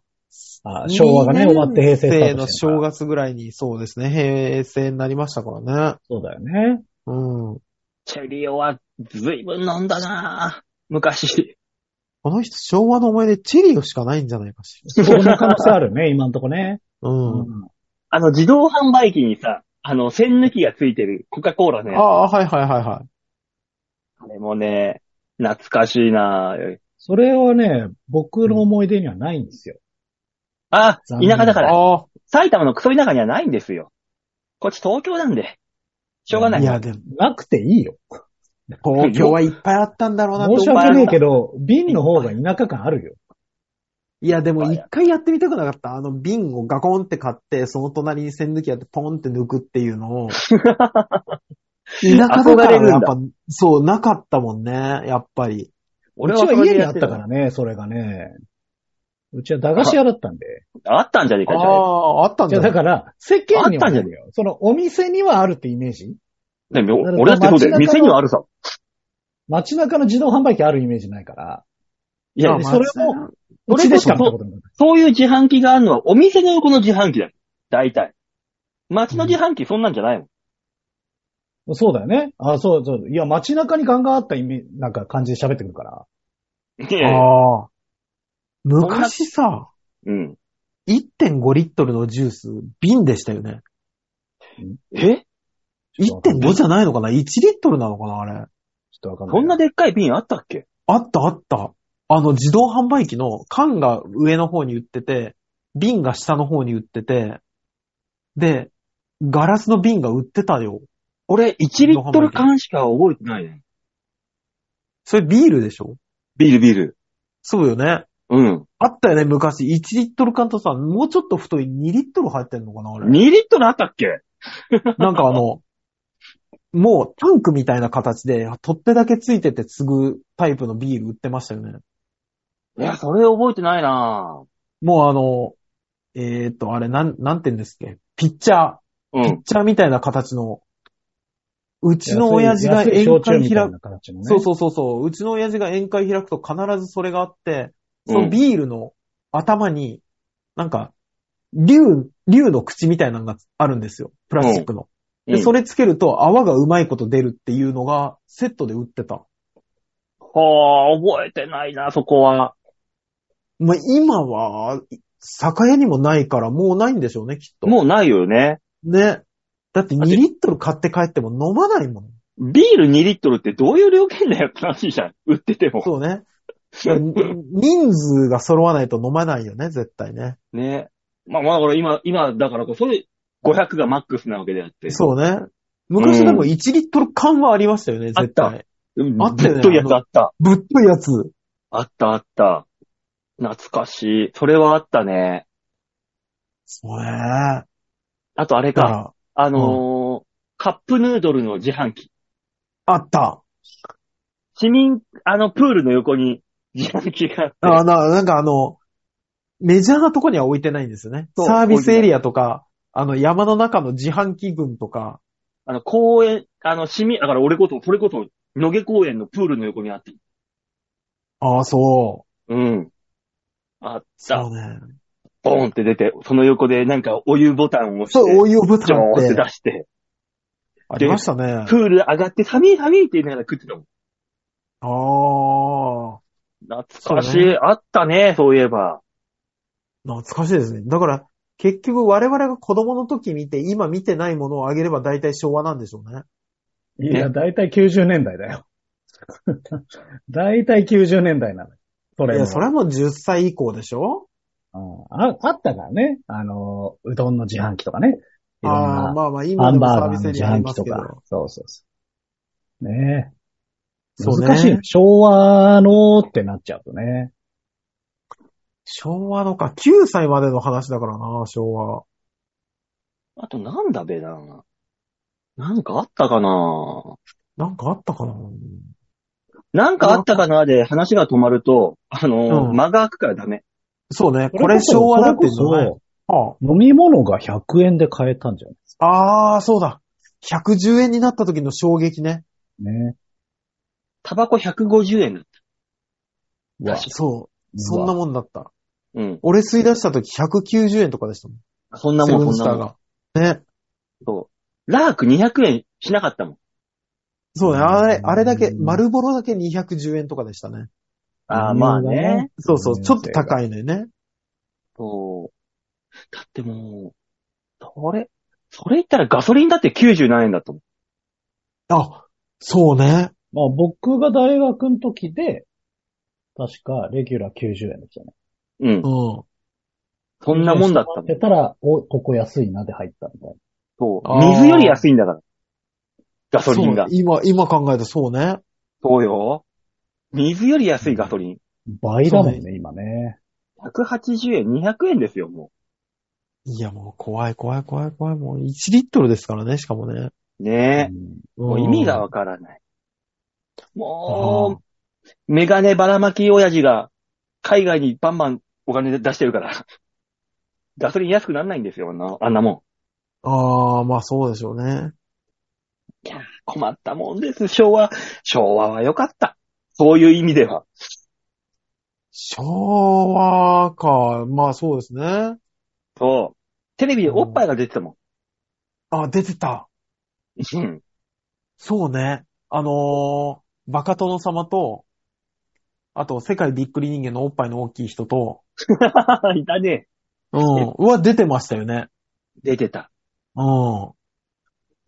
あ昭和がね、 2終わって平成スターのトしてる正から。月ぐらいに、そうですね、平成になりましたからね。そうだよね。うん。チェリオは随分飲んだなぁ昔。 この人、昭和の思い出、チェリオしかないんじゃないかしそんな可能性あるね、 今んとこね。ら。うん。うんあの、自動販売機にさ、あの、栓抜きがついてるコカ・コーラのやつああ、はいはいはいはい。あれもね、懐かしいなぁそれはね、僕の思い出にはないんですよ。あ、田残念舎だから。ああ、埼玉のクソ田舎にはないんですよ。こっち東京なんで。しょうがない。いや、でも、なくていいよ。東京はいっぱいあったんだろうなと申思う。し訳ねえけど、瓶の方が田舎感あるよ。いや、でも一回やってみたくなかった。あの瓶をガコンって買って、その隣に栓抜きやってポンって抜くってい うのを。田舎だ憧かれらるんだやっぱ、そう、なかったもんね、やっぱり。う俺ちはそれ家でにやあっってたるからね、それがね。うちは駄菓子屋だったんで。あったんじゃねえか、じゃあ。ああ、あったんじじゃゃあなだいから、世間にはあったんじゃあるよ。そのお店にはあるってイメージでもだから俺だってそうだよ。街中の店にはあるさ。街中の自動販売機あるイメージないから。いやまあ、それも、うちでしか見たことない。そういう自販機があるのはお店の横の自販機だよ。大体。街の自販機そんなんじゃないもん。そうだよね。あ、そうそう。いや、街中にガンガンあったイメージ、なんか感じで喋ってくるから。いやいやああ。昔さ、うん。 1.5リットルのジュース、瓶でしたよね。え1.5じゃないのかな ?1 リットルなのかなあれ。ちょっとわかんない。そんなでっかい瓶あったっけあったあった。あの自動販売機の缶が上の方に売ってて、瓶が下の方に売ってて、で、ガラスの瓶が売ってたよ。俺、1リットル缶しか覚えてないね。それビールでしょビール、ビール。そうよね。うん。あったよね、昔。1リットル缶とさ、もうちょっと太い2リットル入ってんのかなあ2れ。リットルあったっけなんかあの、もうタンクみたいな形で、取っ手だけついてて継ぐタイプのビール売ってましたよね。いや、それ覚えてないなもうあの、えーっと、あれ、なん、なんて言うんですっけピッチャー。ぁ。うピッん。チャーみたいな形の、ううちの親父が宴宴会会開開くく、。そうそうそうそう、うちの親父が宴会開くと必ずそれがあって、そのビールの頭に、なんか、竜、竜の口みたいなのがあるんですよ。プラスチックの。うで、んそれつけると泡がうまいこと出るっていうのが、セットで売ってた。はぁ、覚えてないなそこは。まあ、今は、酒屋にもないから、もうないんでしょうね、きっと。もうないよね。ね。だって2リットル買って帰っても飲まないもん。ビール2リットルってどういう料金だよって話じゃん。売ってても。そうね。人数が揃わないと飲まないよね、絶対ね。ね。まあまあ、俺今、今だからこそ、500がマックスなわけであって。そうね。昔でも1リットル缶はありましたよね、絶あっ対。うん。あったよぶねっといやつあった。ぶっといやつ。あったあった。懐かしい。それはあったね。そうね。だあとあれかか。ら、あのーカップヌードルの自販機。あった。市民、あの、プールの横に自販機があって。あななんかあの、メジャーなとこには置いてないんですよね。そうサービスエリアとか、あの山の中の自販機群とか。あの、公園、あの、市民、だから俺こそ、それこそ、野毛公園のプールの横にあって。ああ、そう。うん。あっそたう。ね。ボーンって出て、その横でなんかお湯ボタンを押して。そう、お湯をぶジたョーンっってて出して、ありましたね。プール上がって寒い寒いって言いながら食ってたもん。ああ。懐かしそうい。ねあったね、そういえば。懐かしいですね。だから、結局我々が子供の時見て、今見てないものをあげれば大体昭和なんでしょうね。いや、だいたい90年代だよ。 だいたい90年代なのよ。それいもや、それはもう10歳以降でしょうんああったからね。あの、うどんの自販機とかね。いろんああ、なまあまあ、ハ今でもンバーサガーービのスエ自リアあり販ま機すとけど。か。そうそうそう。ねえ。そうね難しいよ。昭和のってなっちゃうとね。昭和のか、9歳までの話だからな、昭和。あとなんだべな。なんかあったかななんかあったかななんかあったかなで話が止まると、あの、うん間が空くからダメ。そうね、これ昭和だっていうのそれはこそ飲み物が100円で買えたんじゃないですあああー、そうだ。110円になった時の衝撃ね。かね。タバコ150円だっうわそう。そんなもんだった。た。うん。俺吸い出した時190円とかでしたもん。そんなセもブん、ンそスんタなーもん。が。ね。そう。ラーク200円しなかったもん。そうね、うんあれ、あれだけ、丸ボロだけ210円とかでしたね。ああ、まあ飲み物がね。そうそう、ちょっとい。高いのよね。そう。だってもう、それ、それ言ったらガソリンだって97円だったもん。あ、そうね。まあ僕が大学の時で、確か、レギュラー90円ですよね。うんう。ん。そんなもんだったのってたら、お、ここ安いなで入ったみたいな。そう。あー水より安いんだから。ガソリンがそう。今、今考えたらそうね。そうよ。水より安いガソリン。倍だもんそうね、今ね。 180円、200円ですよ、もいや、もう怖い怖い怖い怖い。もう1リットルですからね、しかもね。う。ねうんえ。もう意味がわからない。もう、メガネばらまき親父が、海外にバンバンお金出してるから。 ガソリン安くなんないんですよ、あんなあんなもああ、まあそうでしょうね。ん。いやー、困ったもんです、昭和。昭和は良かった。そういう意味では。昭和か。まあそうですね。そう。テレビでおっぱいが出てたもあ、出てた。ん。うん。 そうね。あのー、バカ殿様と、あと、世界びっくり人間のおっぱいの大きい人と、いたね。うん。うわ、出てましたよね。出てた。う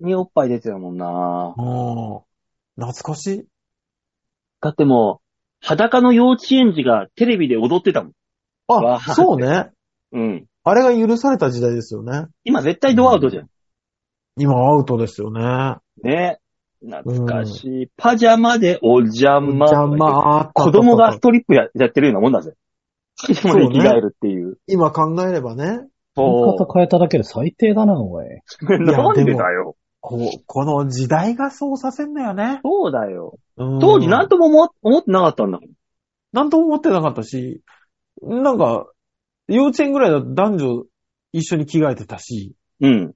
ん。におっぱい出てたもんなうん。懐かしい。だってもう、裸の幼稚園児がテレビで踊ってたもん。わあ、ーそうね。うん。あれが許された時代ですよね。今絶対ドアウトじゃん。今アウトですよね。ね。懐かしい。パジャマでお邪魔。邪魔あった子供がストリップややってるようなもんだぜ。パジャマで生き返るっていう。今考えればね、言いそ方変えただけで最低だな、おい。う。いや なんででだもよ。こう、この時代がそうさせんだよね。そうだよ。うん当時なんとも思思ってなかったんだもん。なんとも思ってなかったし、なんか、幼稚園ぐらいだと男女一緒に着替えてたし、うん。うん、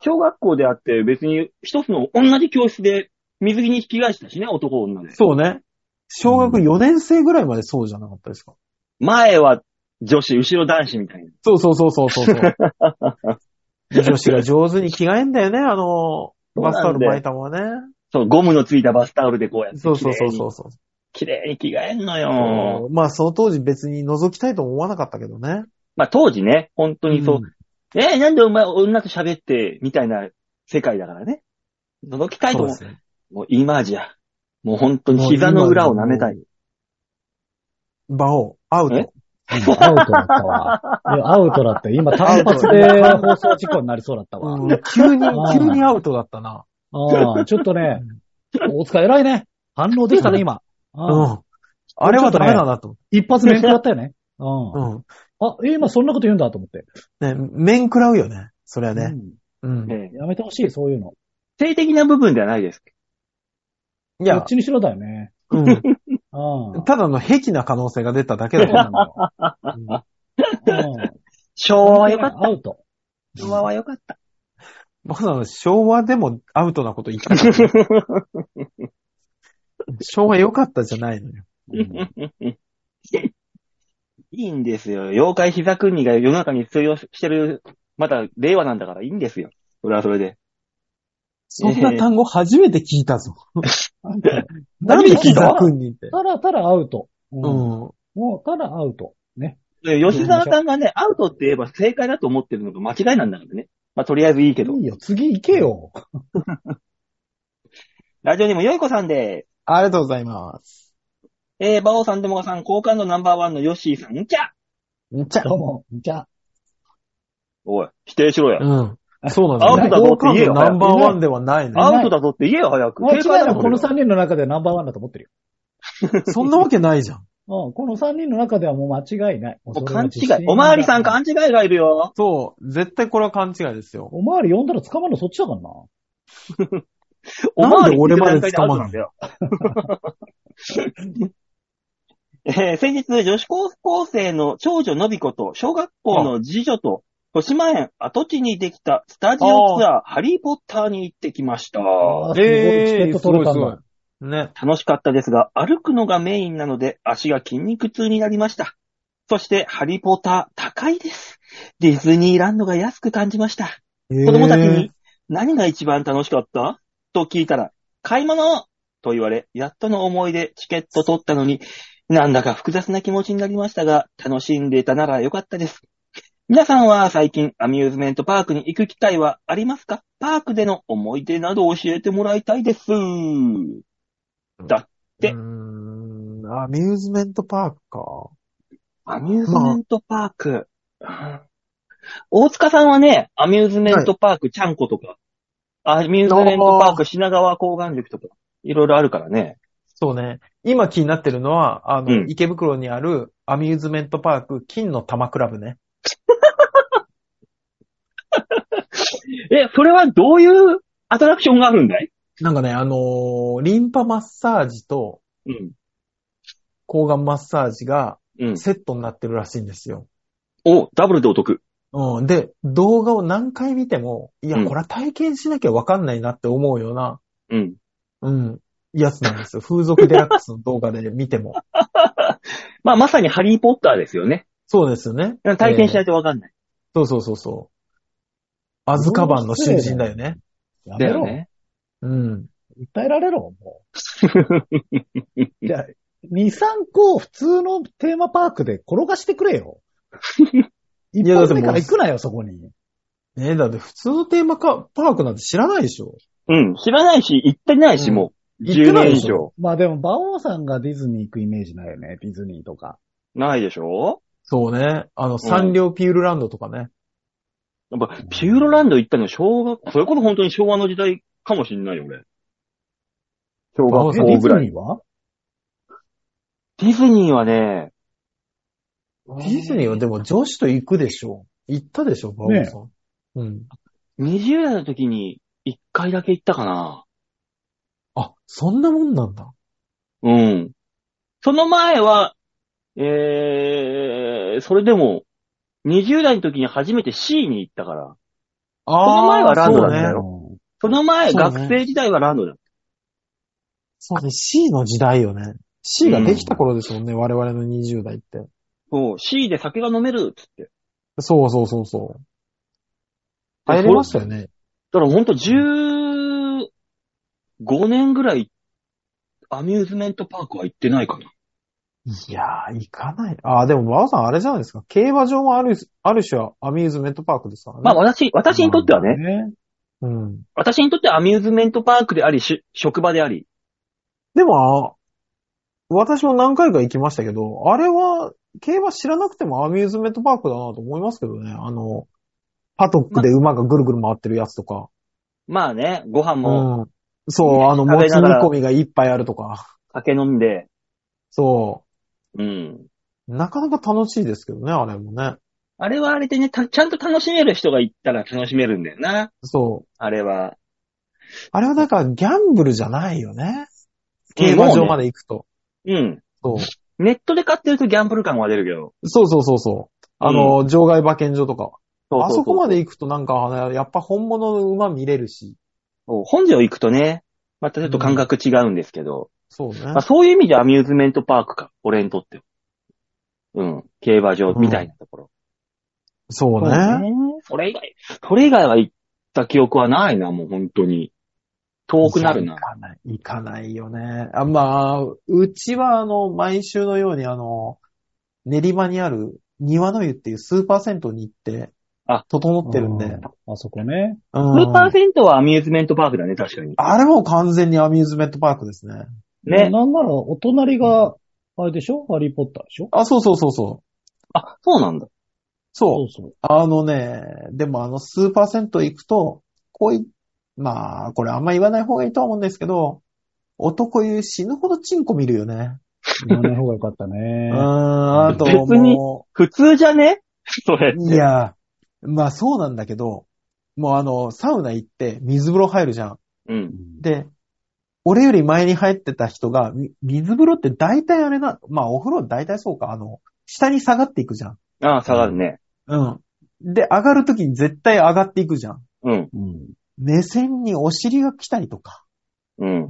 小学校であって別に一つの同じ教室で水着に引き返したしね、男女で。そうね。小学うん4年生ぐらいまでそうじゃなかったですか。前は女子、後ろ男子みたいな。そうそうそうそうそうそう。 女子が上手に着替えんだよね、あの、そうなんだよバスタオル巻いたままね。そう、ゴムのついたバスタオルでこうやって。そうそうそうそうそう。綺麗に。綺麗に着替えんのそよ。うまあ、その当時別に覗きたいとも思わなかったけどね。まあ当時ね、本当にそう。んえーなんでお前女と喋って、みたいな世界だからね。覗きたいとそうで思すね。う。もう今じゃ。もう本当に膝の裏を舐めたい。バオ、アウえト。うんアウトだったわ。いやアウトだったよ。今単発で放送事故になりそうだったわ。うん急 にあ、ー急にアウトだったな。ああ、ちょっとね、大塚偉いね。反応できたね、今。うああん。あれはダメだなと一発面食らったよね。うん思って。あ、え今そんなこと言うんだと思って。うん。ね、面食らうよね。それはね。うん。ねうんやめてほしい、そういうの。性的な部分ではないです。いどやっ、ちにしろだよね。うん。 うん。ただの癖な可能性が出ただけだと 思うんだよ。うん昭和は良かっアウト。た。昭和は良かった。 まだ昭和でもアウトなこと言 ったから。昭和良かったじゃないのよ。うんいいんですよ。妖怪膝くんにが世の中に通用してる、まだ令和なんだからいいんですよ。それはそれで。そんな単語初めて聞いた ぞ。なんかなんで膝くんにって。ただただアウト。うんうん。もうただアウト。ね。で吉沢さんがね、アウトって言えば正解だと思ってるのが間違いなんだからね。まあ、とりあえずいいけど。いいよ、次行けよ。ラジオにもよいこさんでありがとうございます。す。えー、馬王さん、ともかさん、好感度ナンバーワンのヨッシーさん、んちゃじゃ どうも。じゃあおい、否定しろや。うん。そうアなウトんだだぞよ。って言えよ好感度ナンバーワンではないあの。アウトだぞって言えよ、早く。間違いなくこのさ3人の中ではナンバーワンだと思ってる そんなわけないじゃん。よ。うん、この3人の中ではもう間違いない。ももう勘違い。おまわりさん勘違いがいるよ。そう。絶対これは勘違いですよ。おまわり呼んだら捕まるのそっちだからな。おまわりなんで俺まで捕まんのアウトなんだよ。 えー先日、女子高校生の長女のびこと、小学校の次女と、豊島園跡地にできたスタジオツアー、ハリーポッターに行ってきました。あすごいチケット取れたんだ。い。ね。楽しかったですが、歩くのがメインなので、足が筋肉痛になりました。そして、ハリーポーター、高いです。ディズニーランドが安く感じました。子子供たちに、何が一番楽しかったと聞いたら、買い物と言われ、やっとの思いでチケット取ったのに、なんだか複雑な気持ちになりましたが、楽しんでいたならよかったです。皆さんは最近アミューズメントパークに行く機会はありますかパークでの思い出など教えてもらいたいです。だってうーんな。アミューズメントパークか。アミューズメントパーク。うん大塚さんはね、アミューズメントパーク、ちゃんことか、アミューズメントパーク、品川高岩塾とか、いろいろあるからね。そうね。今気になってるのは、あの、うん池袋にあるアミューズメントパーク、金の玉クラブね。え、それはどういうアトラクションがあるんだいなんかね、あのーリンパマッサージとうん。抗がんマッサージがうん。セットになってるらしいんですよ。お、ダブルでお得。うん。で、動画を何回見ても、いやう、んこれは体験しなきゃわかんないなって思うような、うん。うん、やつなんですよ。 風俗デラックスの動画で見ても。まあ、まさにハリーポッターですよね。そうですよね。。体験しないいとわかんない。そうそうそうそう。アズカバンの囚人だよね。やだめよろ。ね。うん。訴えられろ、もう。じゃあ、2、3個普通のテーマパークで転がしてくれよ。一やだっ発てもう目から行くなよ、そこに。ねえ、だって普通のテーマかパークなんて知らないでしょ。 うん。知らないし、行ってないし、うんもう。行って10ない年で以し上ょ。まあでも、馬王さんがディズニー行くイメージないよね、ディズニーとか。ないでしょそうね。あの、サンリオピュールランドとかね。やっぱ、ピューロランド行ったの小学、それこそ本当に昭和の時代かもしんないよ、俺。小あ学えそうデ校ィズぐらニい。ーはディズニーはね、ディズニーはでも女子と行くでしょ。行ったでしょ、バオさん。うん。 20代の時に1回だけ行ったかな。あ、そんなもんなんだ。うん。その前は、えー、それでも、20代の時に初めて C に行ったから、あこの前はランドなんねだようんその前、そうね学生時代はランドだ。そうね、C の時代よね。C ができた頃ですもんね、我々の20代って。そう、C で酒が飲めるっつって。そうそうそうそう。入れましたよね。だからほんと15年ぐらい、アミューズメントパークは行ってないかな。いやー、行かない。あー、でもバオさんあれじゃないですか。競馬場もある、ある種はアミューズメントパークですからね。まあ私、私にとってはね、ね。うん。私にとってはアミューズメントパークであり、し職場であり。でも、あ私も何回か行きましたけど、あれは、競馬知らなくてもアミューズメントパークだなと思いますけどね。あの、パトックで馬がぐるぐる回ってるやつとか。まあね、ご飯もうん。そう、あの、食もべつなが煮ら込みがいっぱいあるとか。酒飲んで、そうん。う。なかなか楽しいですけどね、あれもね。あれはあれでね、たちゃんと楽しめる人が行ったら楽しめるんだよな。そう。あれは。あれはだからギャンブルじゃないよね。うん競馬場まで行くと。うん。そうネットで買ってるとギャンブル感は出るけど。そうそうそうそう。あの、場外馬券場とか。そうあそこまで。で行くとなんか、あのやっぱ本物の馬見れるし。そう本庄行くとね、またちょっと感覚違うんですけど。そうねまあ、。そういう意味でアミューズメントパークか。俺にとっては。うん。競馬場みたいなところ。そうね。それ以外、それ以外は行った記憶はないな、もう本当に。遠くなるな行。かない。行かないよね。あまあ、うちはあの、毎週のようにあの、練馬にある庭の湯っていうスーパー銭湯に行って、あ整ってるんで。うあそこね。スーパー湯セントはアミューズメントパークだね、確かに。あれも完全にアミューズメントパークですね。ね。なんなら、お隣が、あれでしょハリーポッターでしょあ、そうそうそうそう。あ、そうなんだ。そそうう。そう。あのね、でもあの、スーパー銭湯行くと、こうい、まあ、これあんま言わない方がいいとは思うんですけど、男湯死ぬほどチンコ見るよね。言わない方がよかったうねーん、。あと別にもう、普通じゃねそれって。いや、まあそうなんだけど、もうあの、サウナ行って水風呂入るじゃん。うん。で、俺より前に入ってた人が、み水風呂って大体あれな、まあお風呂大体そうか、あの、下に下がっていくじゃん。ああ、下がるね。うん。で、上がるときに絶対上がっていくじゃん。うん。うん。目線にお尻が来たりとか、うんう。ん。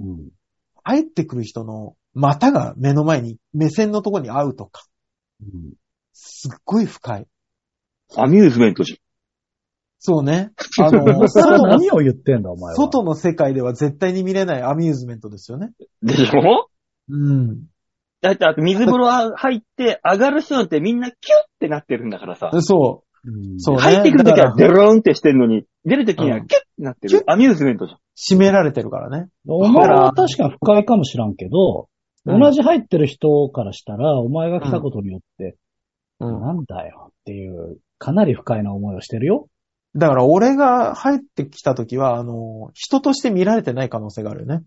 入ってくる人の股が目の前に、目線のとこに合うとか、うんすっごい深い。アミューズメントじそうね。あ の、それ外の何を言ってんだ、お前は。外の世界では絶対に見れないアミューズメントですよね。ゃん。でしょうん。だって、あと水風呂入って、上がる人なんてみんなキュッってなってるんだからさ。そうんう。そうね。入ってくるときだはかデらローンってしてんのに、出るときにはキュッってなってキュる。アミューズメントじゃん。閉められてるからね。お前は確かに不快かもしらんけうど、ん同じ入ってる人からしたら、お前が来たことによって、うんなんだよっていう、かなり不快な思いをしてるよ。だから俺が入ってきた時は、あの、人として見られてない可能性があるよね。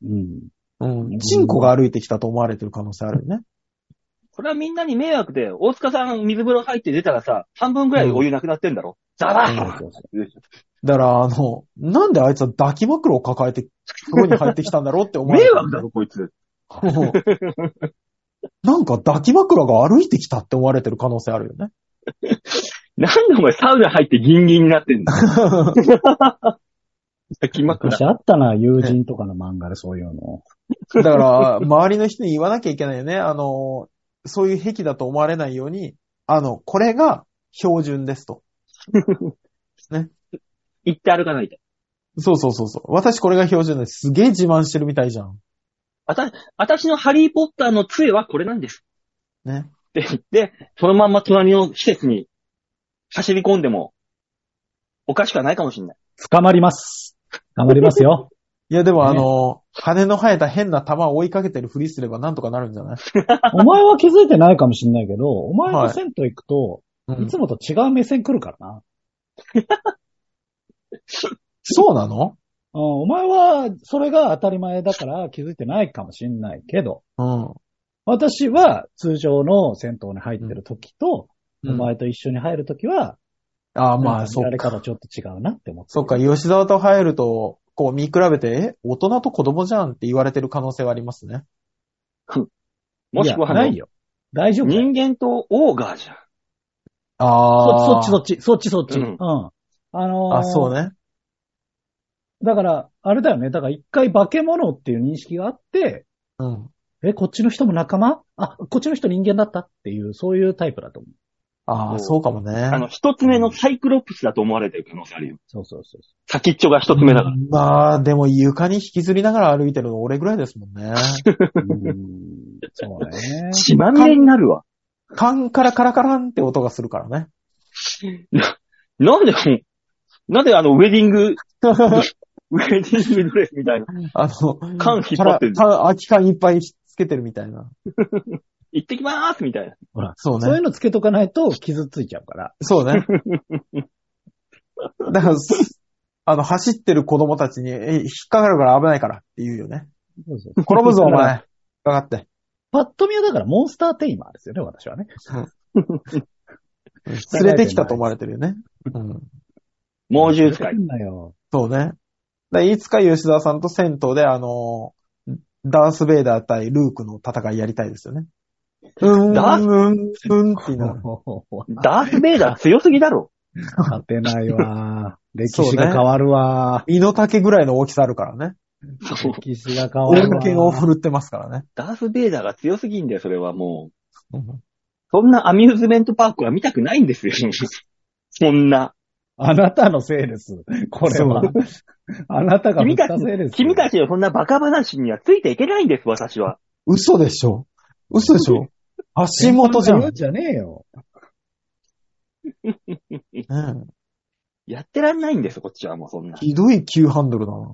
うん。うん。チンコが歩いてきたと思われてる可能性あるよね。これはみんなに迷惑で、大塚さん水風呂入って出たらさ、半分ぐらいお湯なくなってんだろ。ザラーそうそうだから、あの、なんであいつは抱き枕を抱えて、風呂に入ってきたんだろうって思われて迷る惑だろ、こいつ。なんか抱き枕が歩いてきたって思われてる可能性あるよね。なんでお前サウナ入ってギンギンになってんだ 気まくら昔あったな、友人とかの漫画でそういうの。だから、周りの人に言わなきゃいけないよね。あの、そういう癖だと思われないように、あの、これが標準ですと。行って歩かないと。そうそうそうそう。私これが標準です。すげえ自慢してるみたいじゃん。あた、私のハリーポッターの杖はこれなんです。ね。って言って、そのまんま隣の施設に走り込んでも、おかしくはないかもしれない。捕まります。捕まりま すよ。いや、でもあの、羽の生えた変な玉を追いかけてるふりすればなんとかなるんじゃないお前は気づいてないかもしんないけど、お前はがい銭湯行くと、ういんつもと違う目線来るからな。そうなのうん、お前は、それが当たり前だから気づいてないかもしんないけど、う私は通常の銭湯に入ってる時と、ん。お前と一緒に入る時は、ああ、まなんあ、かそ見らっれか。方ちょっと違うなって思って。そっか、吉沢と入ると、こう見比べて、え、大人と子供じゃんって言われてる可能性はありますね。もしくはあいやのないよ。大丈夫だよ人間とオーガーじゃん。あそあ。そっちそっち、そっちそっち。ううんん。あのーあ、そうね。だから、あれだよね。だから一回化け物っていう認識があって、うん。え、こっちの人も仲間あ、こっちの人人間だったっていう、そういうタイプだと思う。うあんあ、そうかもね。あの、一つ目のサイクロプスだと思われてる可能性あるよ。そうそうそうそ先っちょが一つ目だから。まあ、でも床に引きずりながら歩いてるの俺ぐらいですもん ね。う。うーんそうね。血まみれになるわ。カンカラカラカランって音がするから ね。なんで、なんであの、ウェディング、ウェディングドレスみたいな。あの、缶引っ張ってるカラ缶空き缶いっぱいつけてるみたいな。行ってきまーすみたいな。ほら、そうそういねう。のつけとかないと傷ついちゃうから。そうね。だから、すあの、走ってる子供たちに、え、引っかかるから危ないからって言うよね。そうそう転ぶぞ、おだから前。引っかかって。パッと見はだからモンスターテイマーですよね、私はね。連れてきたと思われてるよね。うん。猛獣使い。なんだよ。そうね。でいつか吉沢さんと銭湯で、あのー、ダース・ベイダー対ルークの戦いやりたいですよね。うん、うん、ダうん、うんって言いながらもうダース・ベイダー強すぎだろ。勝てないわ。 歴史が変わるわ。身の丈ぐらいの大きさあるからね。そう。歴史が変わ恩るわ。恵を振るってますからね。ダース・ベイダーが強すぎんだよ、それはもう。そんなアミューズメントパークは見たくないんですよ。そんな。あなたのせいです。これは。あなたが君振ったちせいで、す。君たちのそんなバカ話にはついていけないんです、私は。嘘でしょ嘘でし ょ足元じゃん。先輩が言うんじゃねえよ。うんやってらんないんです、こっちはもうそんな。ひどい急ハンドルだな。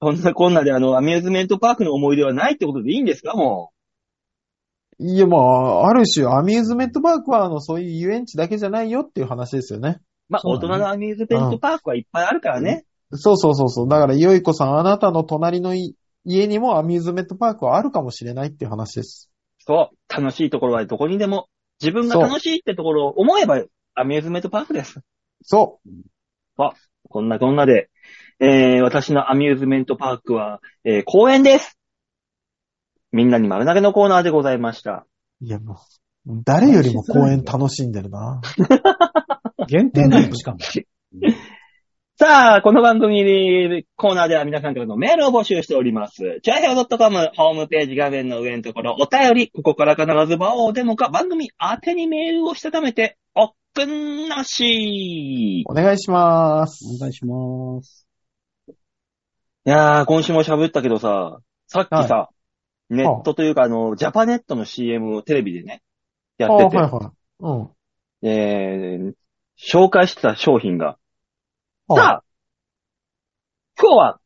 そんなこんなであの、アミューズメントパークの思い出はないってことでいいんですか、もいや、まあ、ある種、アミューズメントパークは、あの、そういう遊園地だけじゃないよっていう話ですよね。う。まあ、そう大だね人のアミューズメントパークはいっぱいあるからね。そうそうそうそう。だから、よいこさん、あなたの隣のい家にもアミューズメントパークはあるかもしれないっていう話です。そう。楽しいところはどこにでも。自分が楽しいってところを思えば、アミューズメントパークです。そこんなこんなで。えー、私のアミューズメントパークは、えー、公園です。みんなに丸投げのコーナーでございました。う。いや、もう、誰よりも公園楽しんでるな。限定なのしかも。さあ、この番組コーナーでは皆さんからのメールを募集しております。チャイヘオ .com ホームページ画面の上のところ、お便り、ここから必ず場をでもか番組宛てにメールをしたためて、おっくんなし。いお願いします。お願いします。やー、今週も喋ったけどさ、さっきさ、ネットというか、あの、ジャパネットの CM をテレビでね、やあってて、はいはい。うん。えー、紹介してた商品が、あさあ、今日は、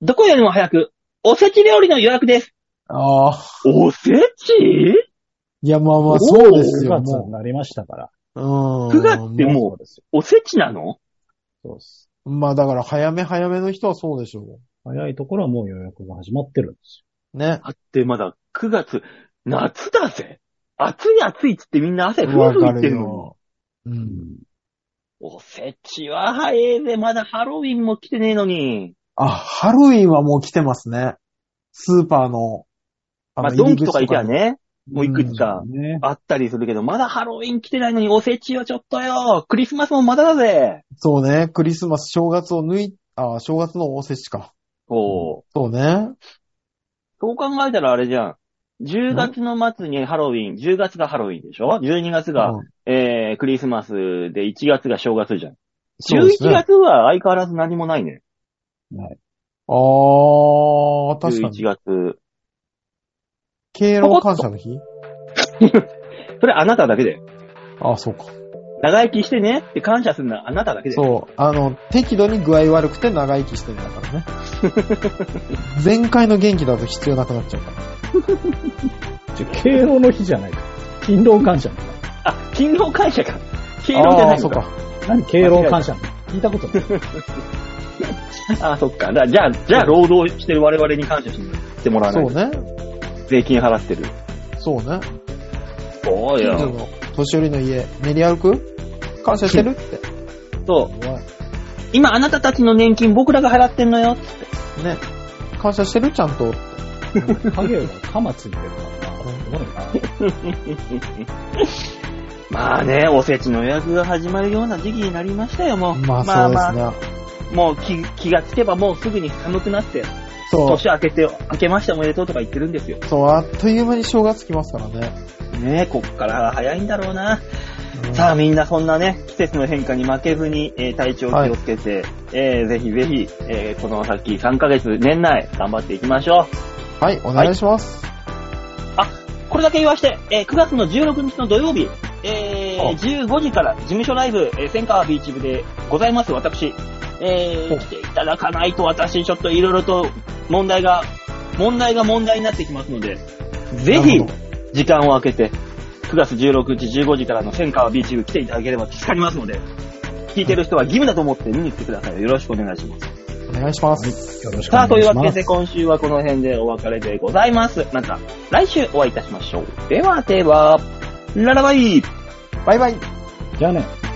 どこよりも早く、おせち料理の予約です。ああ。おせちいや、まあまあ、そうですよ、 9月にもなりましたから。う。うん。 9月ってもうそうですよ。おせちなのそうです。まあだから、早め早めの人はそうでしょ早いところはもう予約が始まってるんですう。ね。あってまだ9月、夏だぜ。暑い暑いっつってみんな汗ふわるふかるってるるのに。よ。うよ。ん。おせちは早いぜ。まだハロウィンも来てねえのに。あ、ハロウィンはもう来てますね。スーパーの。あまのあ、ドンキとか行けば。ね、もうい入くりつ口かうん。ね。あったりするけど、まだハロウィン来てないのにおせちはちょっとよ。クリスマスもまだだぜ。そうね、クリスマス、正月を抜い、あ、正月のおせちか。こう。そうね。そう考えたらあれじゃん。10月の末にハロウィン、10月がハロウィンでしょ ?12 月が、うんえー、クリスマスで1月が正月じゃん。そうです11ね。月は相変わらず何もないね。あー、確11かに。月。敬老感謝の日それあなただけだよ。あ、そうか。長生きしてねって感謝するのはあなただけだよ。そう。あの、適度に具合悪くて長生きしてるんだから ね。前回の元気だと必要なくなっちゃうから。じゃ敬老の日じゃないか。勤労感謝の日だ。あ、勤労感謝か。勤労じゃなあーいそのうか。か。何敬老感謝の日聞いたことない。あー、そっか。だじゃあ、じゃあ、労働してる我々に感謝してもらわなそいうと。ね。税金払ってる。そうね。そう近所よ。の年寄りの家、練り歩く感謝してるって。そう。 今あなたたちの年金僕らが払ってんのよ。ね。感謝してるちゃんと。影が鎌ついてるからな。すごいな。まあね、おせちの予約が始まるような時期になりましたよ、もう。まあそうですね。あ、もう気気がつけばもうすぐに寒くなって、そう。年明けて、明けましておめでとうとか言ってるんですよ。そう、あっという間に正月来ますからね。ねえ、こっから早いんだろうな。さあみんなそんなね、季節の変化に負けずに、えー体調を気をつけて、えーぜひぜひ、えーこの先3ヶ月、年内頑張っていきましょう。あ、はい、お願いします。これだけ言わして、えー9月の16日の土曜日、えーあ15時から事務所ライブ、えー、センカービーチ部でございます、私。えーお来ていただかないと私、ちょっといろいろと問題が、問題が問題になってきますので、ぜなるひほど、時間を空けて、9月16日15時からのセンカービーチ部来ていただければ助かりますので、聞いてる人は義務だと思って見に来てください。よろしくお願いします。お願いし ます。よろしくおさあ、と願いいうしわまけす。で今週はこの辺でお別れでございます。また来週お会いいたしましょう。ではでは、ララバイバイバイ。じゃあね。